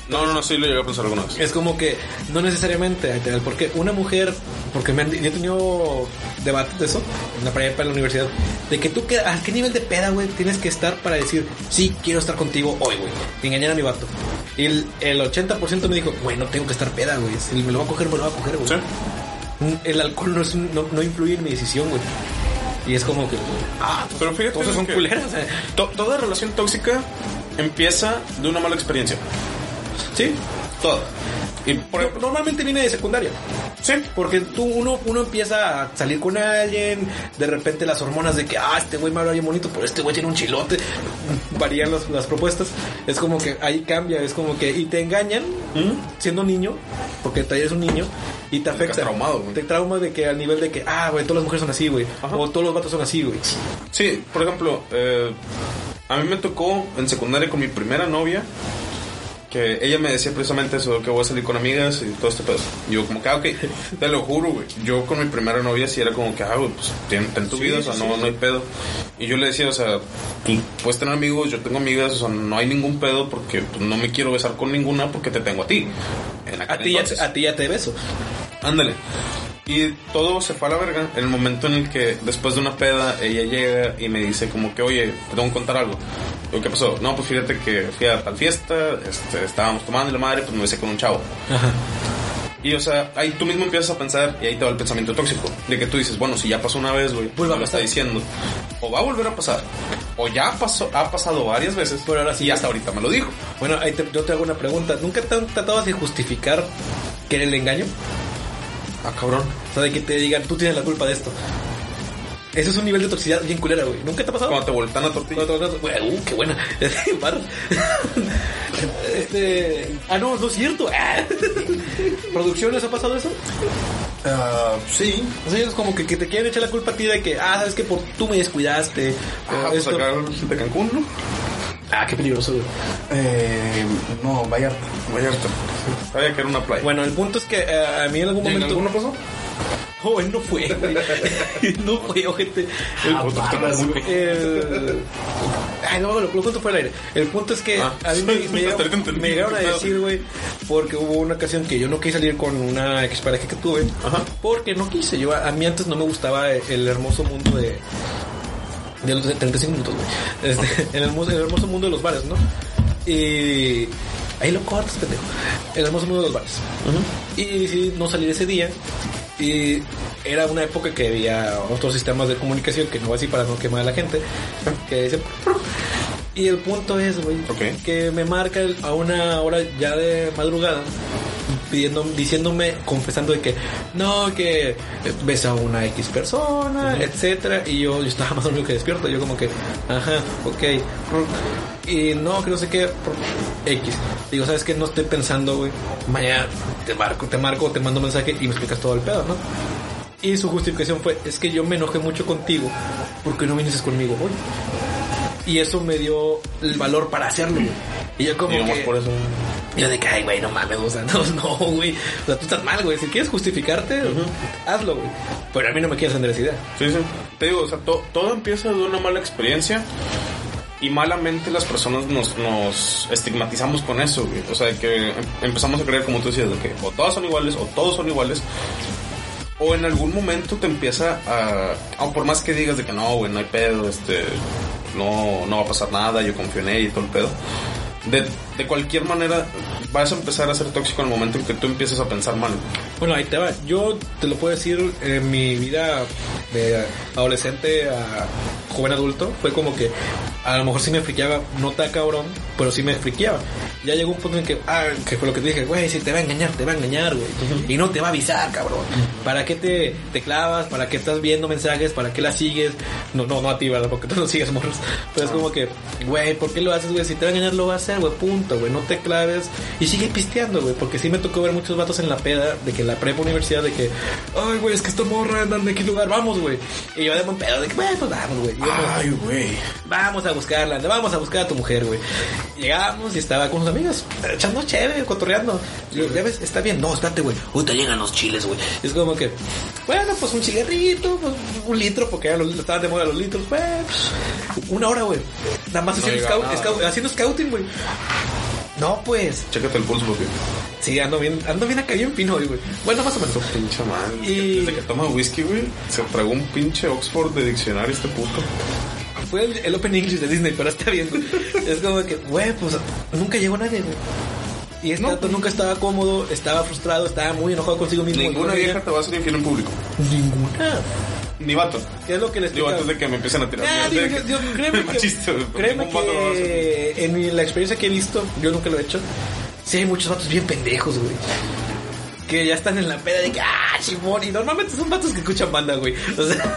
[SPEAKER 1] No, no, no, sí lo llegué a pensar alguna vez.
[SPEAKER 2] Es como que, no necesariamente, ahí te va, porque una mujer, porque me han, yo he tenido debates de eso, en la prepa, en la universidad, de que tú, que, ¿a qué nivel de peda, güey, tienes que estar para decir, sí, quiero estar contigo hoy, güey, y engañar a mi vato? Y el, el 80% me dijo, güey, no tengo que estar peda, güey, si me lo va a coger, me lo va a coger, güey. Mm,
[SPEAKER 1] Sí.
[SPEAKER 2] El alcohol no, es un- no, no influye en mi decisión, güey. Y es como que, ah,
[SPEAKER 1] Pero fíjate.
[SPEAKER 2] entonces son
[SPEAKER 1] que
[SPEAKER 2] culeras, o sea,
[SPEAKER 1] to- toda relación tóxica empieza de una mala experiencia.
[SPEAKER 2] sí.
[SPEAKER 1] Toda. Y por
[SPEAKER 2] Por-
[SPEAKER 1] ejemplo.
[SPEAKER 2] normalmente viene de secundaria.
[SPEAKER 1] Sí.
[SPEAKER 2] Porque tú, uno, uno empieza a salir con alguien, de repente las hormonas de que, ah, este güey me habla bien bonito, pero este güey tiene un chilote. Varían las, las propuestas. Es como que ahí cambia, es como que, y te engañan siendo niño, porque te- eres un niño, y ¿Mm? te afecta.
[SPEAKER 1] traumado, güey.
[SPEAKER 2] Te trauma de que al nivel de que, ah, güey, todas las mujeres son así, güey.
[SPEAKER 1] Ajá.
[SPEAKER 2] O todos los vatos son así, güey.
[SPEAKER 1] Sí, por ejemplo, eh, a mí me tocó en secundaria con mi primera novia que ella me decía precisamente eso, que voy a salir con amigas y todo este pedo. Y Yo como que, ah, ok, te lo juro, güey. Yo con mi primera novia sí era como que, ah, güey, pues ten, ten tu vida, o sea, no, no hay pedo. Y yo le decía, o sea, tú puedes tener amigos, yo tengo amigas, o sea, no hay ningún pedo porque pues, no me quiero besar con ninguna porque te tengo a ti. En
[SPEAKER 2] A
[SPEAKER 1] aquel
[SPEAKER 2] ti, ya,
[SPEAKER 1] entonces.
[SPEAKER 2] a ti ya te beso.
[SPEAKER 1] Ándale. Y todo se fue a la verga en el momento en el que después de una peda ella llega y me dice como que, oye, te tengo que contar algo. Digo, ¿qué pasó? No, pues fíjate que fui a tal fiesta, este, estábamos tomando y la madre, pues me besé con un chavo. Y o sea, ahí tú mismo empiezas a pensar y ahí te va el pensamiento tóxico. De que tú dices, bueno, si ya pasó una vez, güey,
[SPEAKER 2] Vuelve a
[SPEAKER 1] me lo está
[SPEAKER 2] pasar.
[SPEAKER 1] diciendo. O va a volver a pasar. O ya pasó, ha pasado varias veces.
[SPEAKER 2] Pero ahora sí.
[SPEAKER 1] Y hasta ahorita me lo dijo.
[SPEAKER 2] Bueno, ahí te- yo te hago una pregunta. ¿Nunca te han tratado de justificar que era el engaño?
[SPEAKER 1] Ah, cabrón.
[SPEAKER 2] O sea, de que te digan, tú tienes la culpa de esto. Eso es un nivel de toxicidad bien culera, güey. ¿Nunca te ha pasado?
[SPEAKER 1] Cuando te voltean a tortilla.
[SPEAKER 2] Cuando te vas- güey, uh, qué buena. Barra. este... Ah, no, no es cierto. Ah. ¿Producciones ha pasado eso?
[SPEAKER 4] Ah, sí.
[SPEAKER 2] O sea, es como que, que te quieren echar la culpa a ti de que, ah, sabes que por tú me descuidaste.
[SPEAKER 1] Ah,
[SPEAKER 2] o
[SPEAKER 1] pues
[SPEAKER 2] Eh, esto.
[SPEAKER 1] acá de Cancún, ¿no?
[SPEAKER 2] Ah, qué peligroso, güey.
[SPEAKER 4] Eh, no, Vallarta.
[SPEAKER 1] Vallarta. Sabía que era una playa.
[SPEAKER 2] Bueno, el punto es que eh, a mí en algún
[SPEAKER 4] ¿En
[SPEAKER 2] momento...
[SPEAKER 4] alguno pasó?
[SPEAKER 2] Oh, él no fue, güey. no fue, ojete. El-
[SPEAKER 1] Ah,
[SPEAKER 3] pues,
[SPEAKER 1] barras, güey.
[SPEAKER 2] el- eh, Ay, no, lo, lo cuento fuera del aire. El punto es que
[SPEAKER 1] Ah.
[SPEAKER 2] a mí me, me
[SPEAKER 1] Hasta ahorita
[SPEAKER 2] llegaron,
[SPEAKER 1] entendí,
[SPEAKER 2] me llegaron a
[SPEAKER 1] qué pedo.
[SPEAKER 2] decir, güey, porque hubo una ocasión que yo no quise salir con una expareja que tuve, porque no quise. Yo a, a mí antes no me gustaba el, el hermoso mundo de de los 35 minutos, güey. Este, en el, hermoso- el hermoso mundo de los bares, ¿no? Y ahí lo cortas, pendejo. El hermoso mundo de los bares. Y decidí no salir ese día. Y era una época que había otros sistemas de comunicación que no voy a decir para no quemar a la gente. Que dice. Y el punto es, güey,
[SPEAKER 1] Ok.
[SPEAKER 2] que me marca el- a una hora ya de madrugada pidiendo, diciéndome, confesando de que no, que eh, besa a una X persona, etcétera. Y yo, yo estaba más dormido que despierto. Yo, como que, ajá, ok. Y no, que no sé qué, X. Digo, sabes que no estoy pensando, güey. Mañana te marco, te marco, te mando mensaje y me explicas todo el pedo, ¿no? Y su justificación fue, es que yo me enojé mucho contigo porque no viniste conmigo hoy. Y eso me dio el valor para hacerlo. güey. Y yo como
[SPEAKER 1] Y nomás
[SPEAKER 2] que...
[SPEAKER 1] por eso.
[SPEAKER 2] Yo de que, ay, güey, no mames, o sea, no, no, güey. O sea, tú estás mal, güey. Si quieres justificarte, hazlo, güey. Pero a mí no me quieres vender esa idea.
[SPEAKER 1] Sí, sí. Te digo, o sea, to- todo empieza de una mala experiencia y malamente las personas nos, nos estigmatizamos con eso, güey. O sea, que em- empezamos a creer, como tú decías, de que o todas son iguales o todos son iguales. O en algún momento te empieza a... aun por más que digas de que no, güey, no hay pedo, este... No, no va a pasar nada, yo confío en ella y todo el pedo. De, de cualquier manera, vas a empezar a ser tóxico en el momento en que tú empiezas a pensar mal.
[SPEAKER 2] Bueno, ahí te va. Yo te lo puedo decir, en mi vida de adolescente a joven adulto fue como que a lo mejor sí me friqueaba, no tan cabrón, pero sí me friqueaba. Ya llegó un punto en que, ah, que fue lo que te dije, güey, si te va a engañar, te va a engañar, güey. Y no te va a avisar, cabrón. ¿Para qué te, te clavas? ¿Para qué estás viendo mensajes? ¿Para qué la sigues? No, no, no a ti, ¿verdad? Porque tú no sigues, morros. Pero es como que, güey, ¿por qué lo haces, güey? Si te va a engañar, lo va a hacer, güey, punto, güey. No te claves. Y sigue pisteando, güey. Porque sí me tocó ver muchos vatos en la peda, de que en la prepa universidad, de que, ay, güey, es que esta morra andan de qué lugar, vamos, güey. Y yo de buen pedo, de que, bueno, pues vamos, güey. Y yo como-
[SPEAKER 4] güey.
[SPEAKER 2] Vamos a buscarla, anda, vamos a buscar a tu mujer, güey. Llegamos y estaba con sus amigos, echando chévere, cotorreando. Y yo, ya ves, está bien, no, espérate, güey. Uy, te llegan los chiles, güey. Y Es como que, bueno, pues un cigarrito, pues, un litro, porque ya los, estaban de moda los litros, güey. pues, Una hora, güey. Nada más haciendo,
[SPEAKER 1] llegaba
[SPEAKER 2] scout-
[SPEAKER 1] nada.
[SPEAKER 2] scout- haciendo scouting, güey. No, pues,
[SPEAKER 1] Chécate el pulso, porque...
[SPEAKER 2] sí, ando bien, ando bien acá, bien fino hoy, güey. Bueno, más o menos.
[SPEAKER 1] Pinche madre.
[SPEAKER 2] Y-
[SPEAKER 1] Desde que toma whisky, güey, se tragó un pinche Oxford de diccionario este puto.
[SPEAKER 2] Fue el, el Open English de Disney, pero está bien. güey. es como que, güey, pues nunca llegó nadie, güey. Y este dato nunca estaba cómodo, estaba frustrado, estaba muy enojado consigo mismo.
[SPEAKER 1] Ninguna
[SPEAKER 2] Entonces,
[SPEAKER 1] vieja te va a hacer infiel en público.
[SPEAKER 2] Ninguna.
[SPEAKER 1] Ni vato.
[SPEAKER 2] ¿Qué es lo que les
[SPEAKER 1] Digo, antes de que me empiecen a tirar.
[SPEAKER 2] Ah,
[SPEAKER 1] mierda,
[SPEAKER 2] digo,
[SPEAKER 1] de
[SPEAKER 2] yo-
[SPEAKER 1] que-
[SPEAKER 2] yo- créeme que,
[SPEAKER 1] machista, güey,
[SPEAKER 2] créeme
[SPEAKER 1] ningún vato lo va a hacer.
[SPEAKER 2] que en mi- la experiencia que he visto, yo nunca lo he hecho. Sí, hay muchos vatos bien pendejos, güey. Que ya están en la peda de que, ah, Simón. Y normalmente son vatos que escuchan banda, güey. O sea,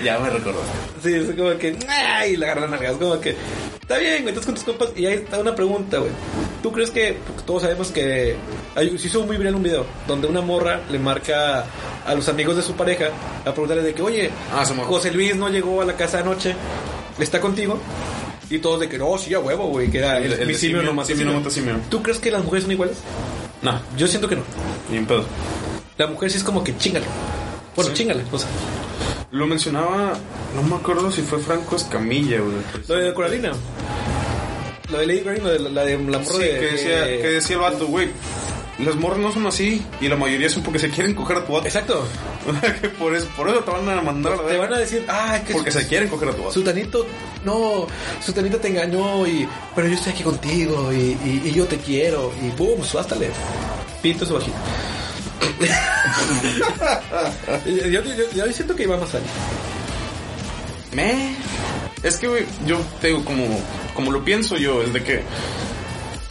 [SPEAKER 4] Ya me recordaste.
[SPEAKER 2] Sí, es como que, ay, y le agarran nalgas, como que, está bien, güey, estás con tus compas. Y ahí está una pregunta, güey. ¿Tú crees que, porque todos sabemos que, hay, se hizo muy viral un video donde una morra le marca a los amigos de su pareja a preguntarle de que, oye,
[SPEAKER 1] Ah, se morra.
[SPEAKER 2] José Luis no llegó a la casa anoche, ¿está contigo? Y todos de que no, sí, a huevo, güey, que era
[SPEAKER 1] El-
[SPEAKER 2] el,
[SPEAKER 1] el
[SPEAKER 2] mi
[SPEAKER 1] de
[SPEAKER 2] simio
[SPEAKER 1] simio,
[SPEAKER 2] no mata
[SPEAKER 1] simio no
[SPEAKER 2] simio.
[SPEAKER 1] mata simio.
[SPEAKER 2] ¿Tú crees que las mujeres son iguales?
[SPEAKER 1] No,
[SPEAKER 2] Yo siento que no.
[SPEAKER 1] ni en pedo.
[SPEAKER 2] La mujer sí es como que chingale. Bueno, chingale, o sea.
[SPEAKER 1] Lo mencionaba, no me acuerdo si fue Franco Escamilla, güey.
[SPEAKER 2] Lo de Coralina. Lo de Lady Coralina, de la, la de la morra
[SPEAKER 1] Sí,
[SPEAKER 2] de.
[SPEAKER 1] que decía,
[SPEAKER 2] de-
[SPEAKER 1] que decía el vato, güey. Las morras no son así y la mayoría son porque se quieren coger a tu vato.
[SPEAKER 2] Exacto.
[SPEAKER 1] Que por eso, por eso te van a mandar a la
[SPEAKER 2] Te van a
[SPEAKER 1] verga.
[SPEAKER 2] decir, ah, que
[SPEAKER 1] Porque se quieren coger a tu vato.
[SPEAKER 2] Sutanito, no, Sutanito te engañó y, pero yo estoy aquí contigo y, y- y yo te quiero y boom, suástale. Pinto su vagina. yo, yo, yo- yo siento que iba más allá.
[SPEAKER 1] Me. Es que, güey, yo te digo, como, como lo pienso yo, es de que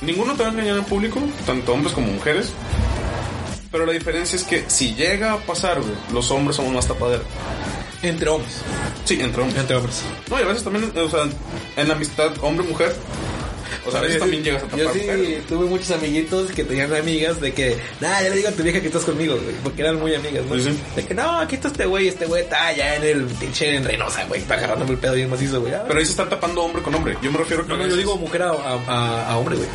[SPEAKER 1] ninguno te va a engañar en público, tanto hombres como mujeres. Pero la diferencia es que si llega a pasar, güey, los hombres somos más tapaderos.
[SPEAKER 2] Entre hombres.
[SPEAKER 1] Sí, entre hombres.
[SPEAKER 2] Entre hombres.
[SPEAKER 1] No, y a veces también, eh, o sea, en la amistad hombre-mujer, o sea, a veces también llegas a tapar
[SPEAKER 2] Yo sí
[SPEAKER 1] mujeres.
[SPEAKER 2] tuve muchos amiguitos que tenían amigas de que, nada, ya le digo a tu vieja que estás conmigo, güey, porque eran muy amigas, ¿no?
[SPEAKER 1] Sí, sí.
[SPEAKER 2] De que, no, aquí está este güey, este güey está allá en el pinche en Reynosa, güey, está agarrándome el pedo bien macizo, güey. Ah,
[SPEAKER 1] Pero ahí se está tapando hombre con hombre. Yo me refiero que...
[SPEAKER 2] no,
[SPEAKER 1] a
[SPEAKER 2] no, yo
[SPEAKER 1] veces-
[SPEAKER 2] digo mujer a, a, a- a hombre, güey.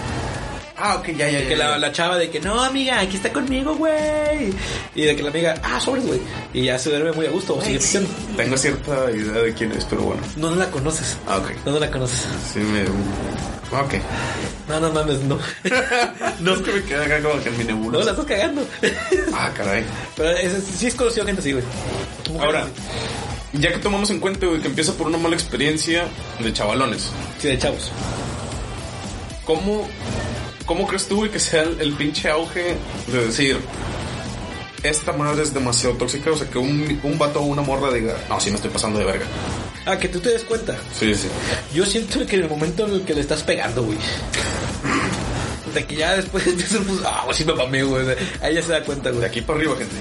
[SPEAKER 1] Ah, ok, ya, ya, ya.
[SPEAKER 2] Que la, la chava de que, no, amiga, aquí está conmigo, güey. Y de que la amiga, ah, sobre, güey. Y ya se duerme muy a gusto, o sigue pisteando.
[SPEAKER 1] Tengo cierta idea de quién es, pero bueno.
[SPEAKER 2] No, no la conoces.
[SPEAKER 1] Ah, ok.
[SPEAKER 2] No, no la conoces.
[SPEAKER 1] Sí, me... Ah, Ok.
[SPEAKER 2] No, no mames, no.
[SPEAKER 1] No es que me quede acá como que en mi nebula.
[SPEAKER 2] no, la estás cagando.
[SPEAKER 1] Ah, caray.
[SPEAKER 2] Pero es- sí es conocido gente así, güey. Mujeres
[SPEAKER 1] Ahora,
[SPEAKER 2] así.
[SPEAKER 1] ya que tomamos en cuenta, güey, que empieza por una mala experiencia de chavalones,
[SPEAKER 2] Sí, de chavos.
[SPEAKER 1] ¿cómo, cómo crees tú, güey, que sea el, el pinche auge de decir, esta madre es demasiado tóxica? O sea, que un, un vato o una morra diga, no, sí me estoy pasando de verga.
[SPEAKER 2] Ah, que tú te des cuenta.
[SPEAKER 1] Sí, sí.
[SPEAKER 2] Yo siento que en el momento en el que le estás pegando, güey. De que ya después de eso, pues, ah, güey, sí me pamé, güey. Ahí ya se da cuenta,
[SPEAKER 1] De
[SPEAKER 2] güey.
[SPEAKER 1] aquí para arriba, gente.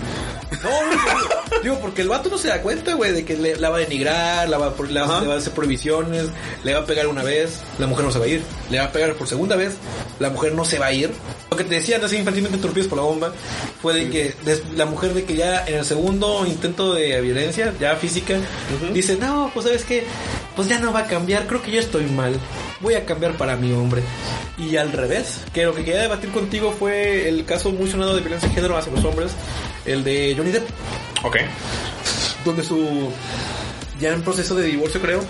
[SPEAKER 2] No, no, no, digo, porque el vato no se da cuenta, güey, de que le, la va a denigrar, la va a pro- la-
[SPEAKER 1] Ajá.
[SPEAKER 2] le va a hacer prohibiciones, le va a pegar una vez, la mujer no se va a ir, le va a pegar por segunda vez, la mujer no se va a ir. Lo que te decía antes, infantilmente interrumpidos por la bomba, fue de que des- la mujer de que ya en el segundo intento de violencia, ya física, dice, no, pues sabes que, pues ya no va a cambiar, creo que yo estoy mal, voy a cambiar para mi hombre. Y al revés, que lo que quería debatir contigo fue el caso muy sonado de violencia de género hacia los hombres, el de Johnny Depp
[SPEAKER 1] Ok.
[SPEAKER 2] donde su ya en proceso de divorcio creo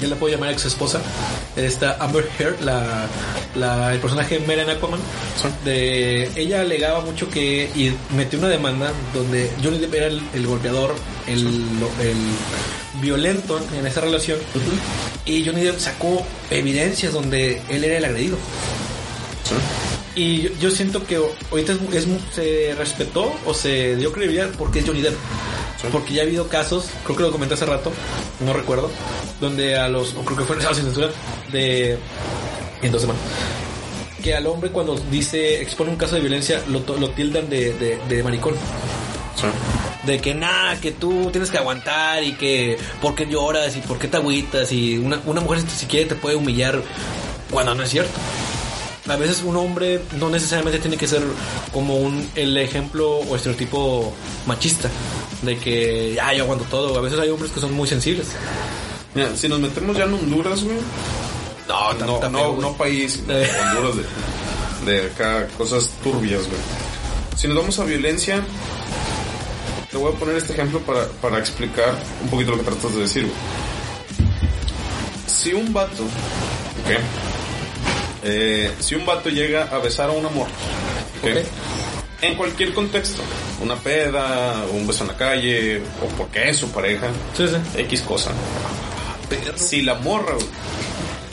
[SPEAKER 2] ya la puedo llamar ex esposa está Amber Heard la, la el personaje Mera en Aquaman de ella alegaba mucho que y metió una demanda donde Johnny Depp era el, el golpeador el, lo- el violento en esa relación y Johnny Depp sacó evidencias donde él era el agredido y yo, yo siento que o- ahorita es, es mu- se respetó o se dio credibilidad porque es Johnny Depp. Porque ya ha habido casos, creo que lo comenté hace rato, no recuerdo, donde a los, o creo que fue en Sin Censura, de... en dos semanas. Que al hombre cuando dice, expone un caso de violencia, lo, to- lo tildan de, de, de maricón. De que nada, que tú tienes que aguantar y que por qué lloras y por qué te agüitas y una, una mujer si- si quiere te puede humillar cuando no es cierto. A veces un hombre no necesariamente tiene que ser como un, el ejemplo o estereotipo machista de que ya yo aguanto todo. A veces hay hombres que son muy sensibles.
[SPEAKER 1] Mira, si nos metemos ya en Honduras, güey.
[SPEAKER 2] No,
[SPEAKER 1] Ah, No, no, no país, no,
[SPEAKER 2] Eh.
[SPEAKER 1] Honduras de, de acá, cosas turbias, güey. Si nos vamos a violencia, te voy a poner este ejemplo para, para explicar un poquito lo que tratas de decir, güey. Si un vato, ok, eh, si un vato llega a besar a una morra, ok,
[SPEAKER 2] Ok.
[SPEAKER 1] en cualquier contexto, una peda, un beso en la calle, o porque es su pareja,
[SPEAKER 2] Sí, sí.
[SPEAKER 1] X cosa. Si la morra güey,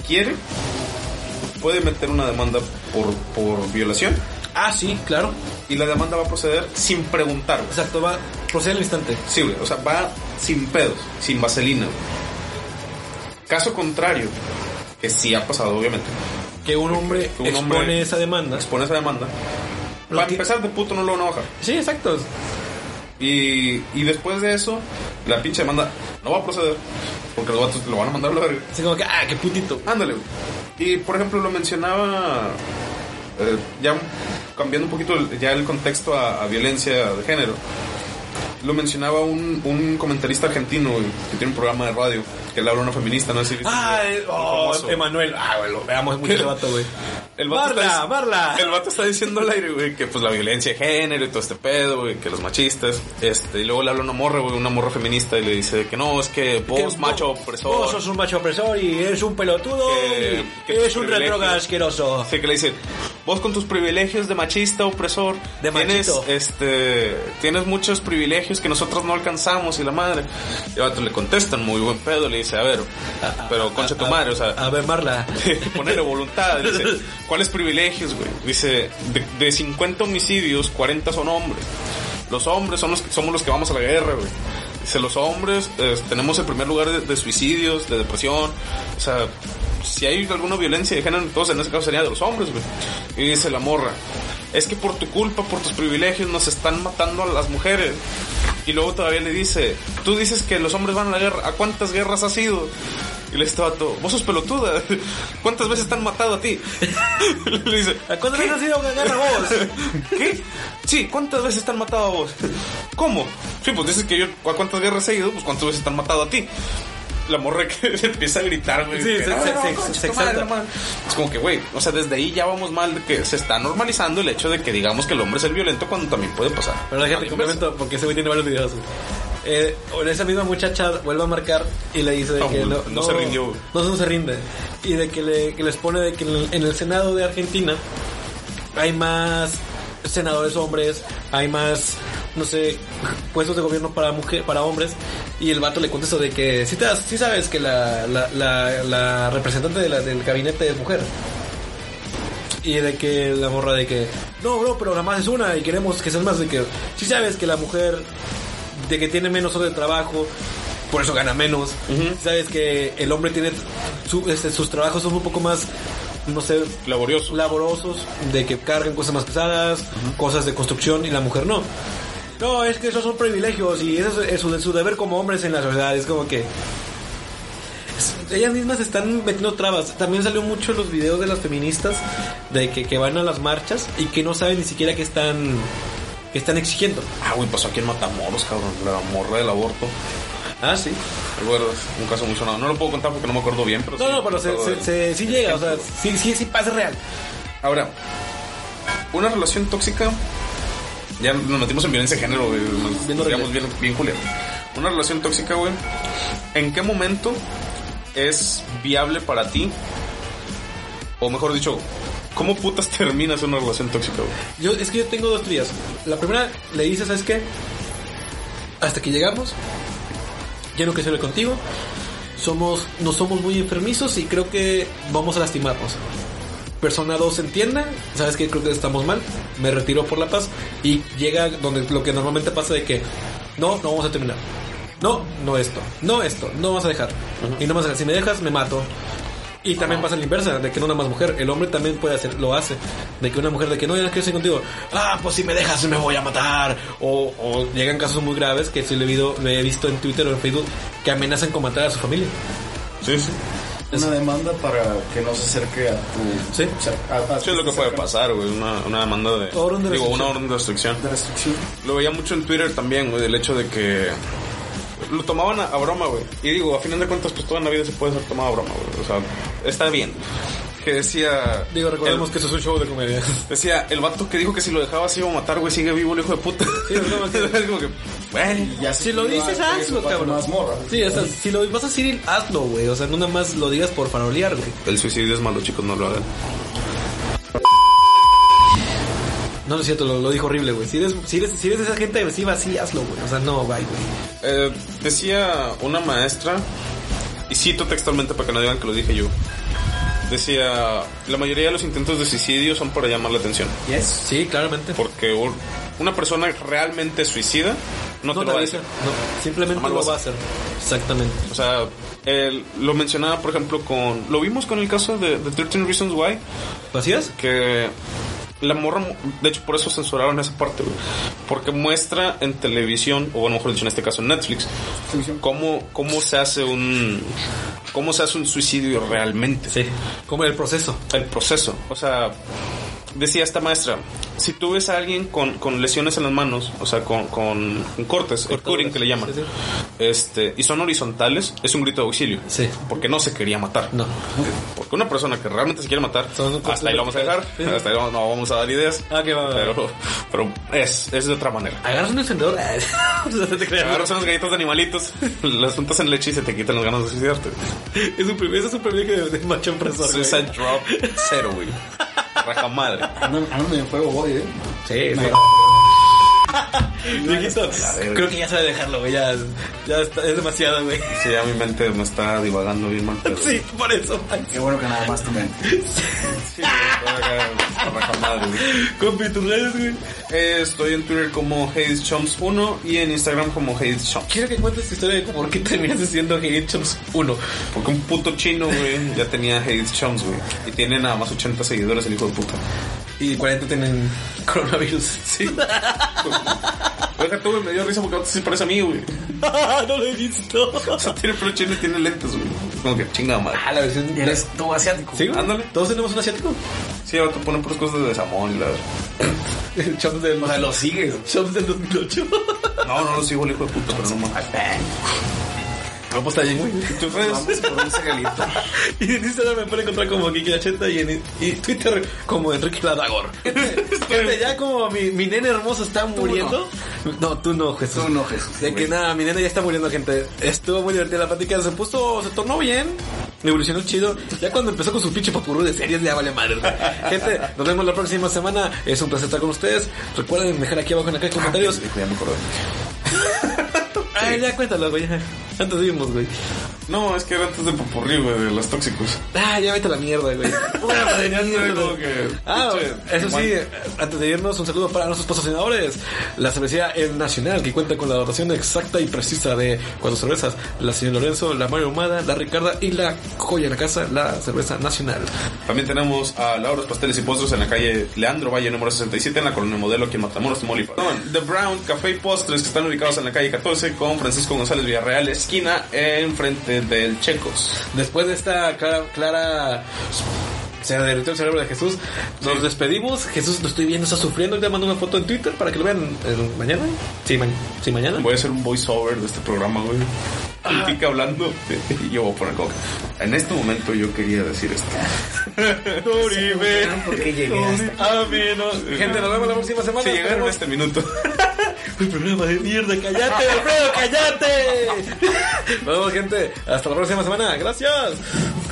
[SPEAKER 1] quiere, puede meter una demanda por, por violación
[SPEAKER 2] Ah, sí, claro.
[SPEAKER 1] y la demanda va a proceder sin preguntar. güey.
[SPEAKER 2] Exacto, va, procede al instante.
[SPEAKER 1] Sí, güey, o sea, va sin pedos, sin vaselina. güey. Caso contrario, que sí ha pasado, obviamente.
[SPEAKER 2] Que un hombre
[SPEAKER 1] Que un
[SPEAKER 2] expone
[SPEAKER 1] hombre-
[SPEAKER 2] esa demanda.
[SPEAKER 1] Expone esa demanda.
[SPEAKER 2] Lo
[SPEAKER 1] Para
[SPEAKER 2] que-
[SPEAKER 1] empezar, de puto no lo van a bajar.
[SPEAKER 2] Sí, exacto.
[SPEAKER 1] Y, y después de eso, la pinche demanda no va a proceder porque los vatos lo van a mandar a la verga.
[SPEAKER 2] Así como que, ah, qué putito.
[SPEAKER 1] Ándale, güey. Y por ejemplo, lo mencionaba. eh, ya cambiando un poquito el- ya el contexto a, a violencia de género. Lo mencionaba un, un comentarista argentino güey, que tiene un programa de radio. que le habla una feminista, ¿no? Así,
[SPEAKER 2] Ah,
[SPEAKER 1] eh,
[SPEAKER 2] el- oh,
[SPEAKER 1] famoso.
[SPEAKER 2] Emanuel. Ah, güey, lo veamos mucho ese vato, güey.
[SPEAKER 1] El vato
[SPEAKER 2] Barla,
[SPEAKER 1] está-
[SPEAKER 2] Barla.
[SPEAKER 1] El vato está diciendo al aire, güey, que pues la violencia de género y todo este pedo, güey, que los machistas. Este, y luego le habla una morra, güey, una morra feminista, y le dice que no, es que vos,
[SPEAKER 2] Que
[SPEAKER 1] macho
[SPEAKER 2] vos-
[SPEAKER 1] opresor.
[SPEAKER 2] Vos sos un macho opresor y eres un pelotudo
[SPEAKER 1] Que-
[SPEAKER 2] y
[SPEAKER 1] que
[SPEAKER 2] eres un
[SPEAKER 1] privilegio.
[SPEAKER 2] retrógrado asqueroso.
[SPEAKER 1] Así que le dice, vos con tus privilegios de machista opresor,
[SPEAKER 2] De
[SPEAKER 1] tienes,
[SPEAKER 2] machito.
[SPEAKER 1] este, tienes muchos privilegios que nosotros no alcanzamos y la madre. Y el vato le contestan, muy buen pedo, le dice, a ver,
[SPEAKER 2] Ah,
[SPEAKER 1] pero concha tu madre, o sea,
[SPEAKER 2] A ver, Marla.
[SPEAKER 1] Ponerle voluntad. Dice, ¿cuáles privilegios, güey? Dice, de, de 50 homicidios, 40 son hombres. Los hombres son los, que- somos los que vamos a la guerra, güey. Dice, los hombres eh, tenemos el primer lugar de, de suicidios, de depresión. O sea, si hay alguna violencia de género, entonces en ese caso sería de los hombres, güey. Y dice la morra, es que por tu culpa, por tus privilegios, nos están matando a las mujeres. Y luego todavía le dice, tú dices que los hombres van a la guerra, ¿a cuántas guerras has ido? Y le dice este vato, vos sos pelotuda, ¿cuántas veces te han matado a ti? le dice,
[SPEAKER 2] ¿A cuántas veces has ido a ganar vos?
[SPEAKER 1] ¿qué? Sí, ¿cuántas veces te han matado a vos? ¿Cómo? Sí, pues dices que yo, ¿a cuántas guerras he ido? Pues ¿cuántas veces te han matado a ti? La morra que se empieza a gritar, güey.
[SPEAKER 2] Sí,
[SPEAKER 1] que,
[SPEAKER 2] se-
[SPEAKER 1] "No,
[SPEAKER 2] se-
[SPEAKER 1] no,
[SPEAKER 2] se-
[SPEAKER 1] concha
[SPEAKER 2] se
[SPEAKER 1] tu madre,
[SPEAKER 2] exalta".
[SPEAKER 1] no mames". Es como que, güey, o sea, desde ahí ya vamos mal de que se está normalizando el hecho de que digamos que el hombre es el violento cuando también puede pasar.
[SPEAKER 2] Pero déjate
[SPEAKER 1] Al
[SPEAKER 2] complemento porque ese güey tiene varios videos. güey. Eh, o esa misma muchacha vuelve a marcar y le dice de
[SPEAKER 1] No,
[SPEAKER 2] que
[SPEAKER 1] no,
[SPEAKER 2] no,
[SPEAKER 1] no se rindió, güey.
[SPEAKER 2] No, no se rinde. Y de que, le, que les pone de que en el, en el Senado de Argentina hay más senadores hombres, hay más, no sé, puestos de gobierno para mujer, para hombres. Y el vato le contesta de que sí, te das- sí sabes que la, la, la, la representante de la- del gabinete es mujer. Y de que la morra de que, no, bro, pero nada más es una y queremos que seas más de que, si sabes que la mujer, de que tiene menos horas de trabajo, por eso gana menos, sabes que el hombre tiene, su- este, sus trabajos son un poco más, no sé,
[SPEAKER 1] Laborioso.
[SPEAKER 2] laborosos, de que cargan cosas más pesadas, cosas de construcción y la mujer no. No, es que esos son privilegios y eso es, es su, su deber como hombres en la sociedad, es como que... Ellas mismas están metiendo trabas. También salió mucho en los videos de las feministas de que, que van a las marchas y que no saben ni siquiera que están, que están exigiendo.
[SPEAKER 1] Ah, güey, pasó aquí en Matamoros, cabrón. La morra del aborto.
[SPEAKER 2] Ah, sí.
[SPEAKER 1] ¿Te acuerdas? Un caso muy sonado. No lo puedo contar porque no me acuerdo bien, pero
[SPEAKER 2] No,
[SPEAKER 1] sí,
[SPEAKER 2] no, pero
[SPEAKER 1] me
[SPEAKER 2] se,
[SPEAKER 1] acuerdo
[SPEAKER 2] se,
[SPEAKER 1] de-
[SPEAKER 2] se- sí llega, o sea, sí, sí, sí pasa real.
[SPEAKER 1] Ahora, una relación tóxica. Ya nos metimos en violencia de género, güey. Nos
[SPEAKER 2] Bien
[SPEAKER 1] nos
[SPEAKER 2] horrible.
[SPEAKER 1] digamos bien, bien culero. Una relación tóxica, güey. ¿En qué momento es viable para ti? O mejor dicho, ¿cómo putas terminas una relación tóxica, güey?
[SPEAKER 2] Yo, es que yo tengo dos trías. La primera le dices, ¿sabes qué? Hasta que llegamos, ya no quiero saber contigo. Somos, no somos muy enfermizos y creo que vamos a lastimarnos. Persona 2 entienda, sabes que creo que estamos mal, me retiro por la paz y llega donde lo que normalmente pasa de que no, no vamos a terminar. No, no esto, no esto, no vas a dejar. Y no vas a dejar, si me dejas, me mato. Y también pasa la inversa, de que no nada más mujer, el hombre también puede hacer, lo hace, de que una mujer de que no, ya no quiero ser contigo, ah, pues si me dejas me voy a matar, o, o llegan casos muy graves que sí lo he, vido- lo he visto en Twitter o en Facebook, que amenazan con matar a su familia.
[SPEAKER 1] Sí, sí.
[SPEAKER 3] Una demanda para que no se acerque a tu...
[SPEAKER 2] Sí.
[SPEAKER 3] a- a-
[SPEAKER 1] Eso es lo que puede pasar, güey. Una, una demanda de.
[SPEAKER 2] Orden de
[SPEAKER 1] digo, una
[SPEAKER 2] restricción.
[SPEAKER 1] orden de restricción.
[SPEAKER 3] De restricción.
[SPEAKER 1] Lo veía mucho en Twitter también, güey, del hecho de que lo tomaban a, a broma, güey. Y digo, a final de cuentas, pues toda la vida se puede ser tomado a broma, güey. O sea, está bien. Que decía...
[SPEAKER 2] Digo, recordemos
[SPEAKER 1] el-
[SPEAKER 2] que esto es un show de comedia.
[SPEAKER 1] Decía, el vato que dijo que si lo dejaba se iba a matar, güey, sigue vivo el hijo de puta.
[SPEAKER 2] Sí, es como que-
[SPEAKER 1] Es como que, güey,
[SPEAKER 3] Y ya se
[SPEAKER 2] Si lo
[SPEAKER 3] escribió
[SPEAKER 2] dices,
[SPEAKER 3] algo que
[SPEAKER 2] hazlo,
[SPEAKER 3] va a ser
[SPEAKER 2] cabrón.
[SPEAKER 3] Más morra.
[SPEAKER 2] Sí, o sea, si lo vas a decir, hazlo, güey, o sea, no nada más lo digas por farolear, güey.
[SPEAKER 1] El suicidio es malo, chicos, no lo hagan.
[SPEAKER 2] No, no es cierto, lo, lo dijo horrible, güey. Si eres, si, eres, si eres esa gente agresiva, sí, hazlo, güey. O sea, no, bye, güey.
[SPEAKER 1] Eh, decía una maestra, y cito textualmente para que no digan que lo dije yo. Decía, la mayoría de los intentos de suicidio son para llamar la atención.
[SPEAKER 3] Yes.
[SPEAKER 2] Sí, claramente.
[SPEAKER 1] Porque un- una persona realmente suicida no, te, lo va a
[SPEAKER 2] avisa,
[SPEAKER 1] decir.
[SPEAKER 2] No, simplemente
[SPEAKER 1] Nomás
[SPEAKER 2] lo
[SPEAKER 1] lo
[SPEAKER 2] va a hacer. Exactamente.
[SPEAKER 1] O sea, el- lo mencionaba, por ejemplo, con. Lo vimos con el caso de, de 13 Reasons Why,
[SPEAKER 2] ¿Vacías?
[SPEAKER 1] que la morra. mu- De hecho, por eso censuraron esa parte, güey. Porque muestra en televisión, o a lo mejor dicho en este caso en Netflix, cómo, cómo se hace un. cómo se hace un suicidio realmente.
[SPEAKER 2] Sí. Como el proceso.
[SPEAKER 1] el proceso. O sea, decía esta maestra, si tú ves a alguien con, con lesiones en las manos, o sea, con, con, con cortes, el
[SPEAKER 2] Cortaduras.
[SPEAKER 1] curing que le llaman,
[SPEAKER 2] Sí, sí.
[SPEAKER 1] Este, y son horizontales, es un grito de auxilio.
[SPEAKER 2] Sí.
[SPEAKER 1] Porque no se quería matar.
[SPEAKER 2] No.
[SPEAKER 1] Porque una persona que realmente se quiere matar,
[SPEAKER 2] Son-
[SPEAKER 1] hasta ahí lo vamos a dejar.
[SPEAKER 2] Sí.
[SPEAKER 1] Hasta ahí vamos- no vamos a dar ideas.
[SPEAKER 2] Ah, que va, va, va.
[SPEAKER 1] Pero, pero es, es de otra manera.
[SPEAKER 2] Agarras un encendedor. no te creas.
[SPEAKER 1] Agarras unas galletas de animalitos, las juntas en leche y se te quitan las ganas de suicidarte.
[SPEAKER 2] Es un primer, es un primer que de macho impresor. güey.
[SPEAKER 1] Suicide drop cero, güey. Raja madre.
[SPEAKER 3] Ah, Ándame en fuego, voy, eh.
[SPEAKER 2] Sí, sí. Viejito, creo que ya sabe dejarlo, güey. Ya, ya está- es demasiado, güey.
[SPEAKER 1] Sí, ya mi mente me está divagando bien mal. pero-
[SPEAKER 2] Sí, por eso.
[SPEAKER 3] Qué bueno que nada más tu mente.
[SPEAKER 1] Sí, güey, acá, raja madre, güey.
[SPEAKER 2] Compi, tus redes, güey.
[SPEAKER 1] Eh, Estoy en Twitter como HadesChumps1 y en Instagram como HadesChumps.
[SPEAKER 2] Quiero que cuentes tu historia de por qué terminaste siendo Hate Chumps 1.
[SPEAKER 1] Porque un puto chino, güey, ya tenía HadesChumps, güey. Y tiene nada más 80 seguidores el hijo de puta.
[SPEAKER 2] Y 40 tienen coronavirus. Sí.
[SPEAKER 1] Deja tú, güey, me dio risa porque ahora sí parece a mí, güey.
[SPEAKER 2] no lo he visto.
[SPEAKER 1] O sea, tiene pelo chino y tiene lentes, güey. Es como que chingada madre.
[SPEAKER 2] Ah, la versión.
[SPEAKER 5] Eres tú asiático.
[SPEAKER 2] Sí, güey.
[SPEAKER 1] Ándale.
[SPEAKER 2] Todos tenemos un asiático.
[SPEAKER 1] Sí, ahora te ponen puras cosas de Samón y la verdad.
[SPEAKER 2] El Chumps del.
[SPEAKER 5] O sea, lo sigues.
[SPEAKER 2] Chumps del 2008.
[SPEAKER 1] No, no lo sigo el hijo de puta, pero no mames.
[SPEAKER 2] No, pues está bien, güey.
[SPEAKER 1] ¿Tus redes?
[SPEAKER 2] Y en Instagram me pueden encontrar como Kiki Acheta y en y Twitter como Enrique Ladagor. Este ya como mi, mi nene hermoso está muriendo. No, tú no, Jesús.
[SPEAKER 3] Tú no, Jesús,
[SPEAKER 2] De que
[SPEAKER 3] güey.
[SPEAKER 2] nada, mi nene ya está muriendo, gente. Estuvo muy divertida la plática, se puso, se tornó bien. Evolucionó chido. Ya cuando empezó con su pinche papurú de series, ya vale madre. güey. Gente, nos vemos la próxima semana. Es un placer estar con ustedes. Recuerden dejar aquí abajo en la caja de comentarios.
[SPEAKER 3] Ah,
[SPEAKER 1] Ya me acordé.
[SPEAKER 2] Ay, ya cuéntalo, güey. ya. Antes de irnos, güey.
[SPEAKER 1] No, es que era antes de Popurrí, güey, de los tóxicos.
[SPEAKER 2] Ah, ya vete a la mierda, güey. Pura madre, ya no, güey.
[SPEAKER 1] Como que-
[SPEAKER 2] Ah,
[SPEAKER 1] Pinche-
[SPEAKER 2] eso sí, antes de irnos, un saludo para nuestros patrocinadores. La cervecería El Nacional, que cuenta con la dotación exacta y precisa de cuatro cervezas. La señor Lorenzo, la Mario Humada, la Ricarda y la joya en la casa, la cerveza nacional.
[SPEAKER 1] También tenemos a Lauros Pasteles y Postres en la calle Leandro Valle número 67 en la colonia Modelo aquí en Matamoros, Tamaulipas. Toman The Brown Café y Postres que están ubicados en la calle 14 con Francisco González Villarreal, esquina enfrente del Checos.
[SPEAKER 2] Después de esta clara, clara se me derritió el cerebro de Jesús. Nos despedimos. Jesús lo estoy viendo, está sufriendo. Te mando una foto en Twitter para que lo vean eh, mañana. Sí, ma- sí, mañana.
[SPEAKER 1] Voy a hacer un voiceover de este programa, güey. El pica hablando. Y yo voy a poner como que, En este momento yo quería decir esto.
[SPEAKER 3] ¿Por qué llegué a esta?
[SPEAKER 2] Gente, nos vemos la próxima semana.
[SPEAKER 1] Si llegaron a
[SPEAKER 2] Esperemos-
[SPEAKER 1] este minuto.
[SPEAKER 2] El programa de mierda, cállate, Alfredo, cállate. Nos vemos, gente. Hasta la próxima semana. Gracias.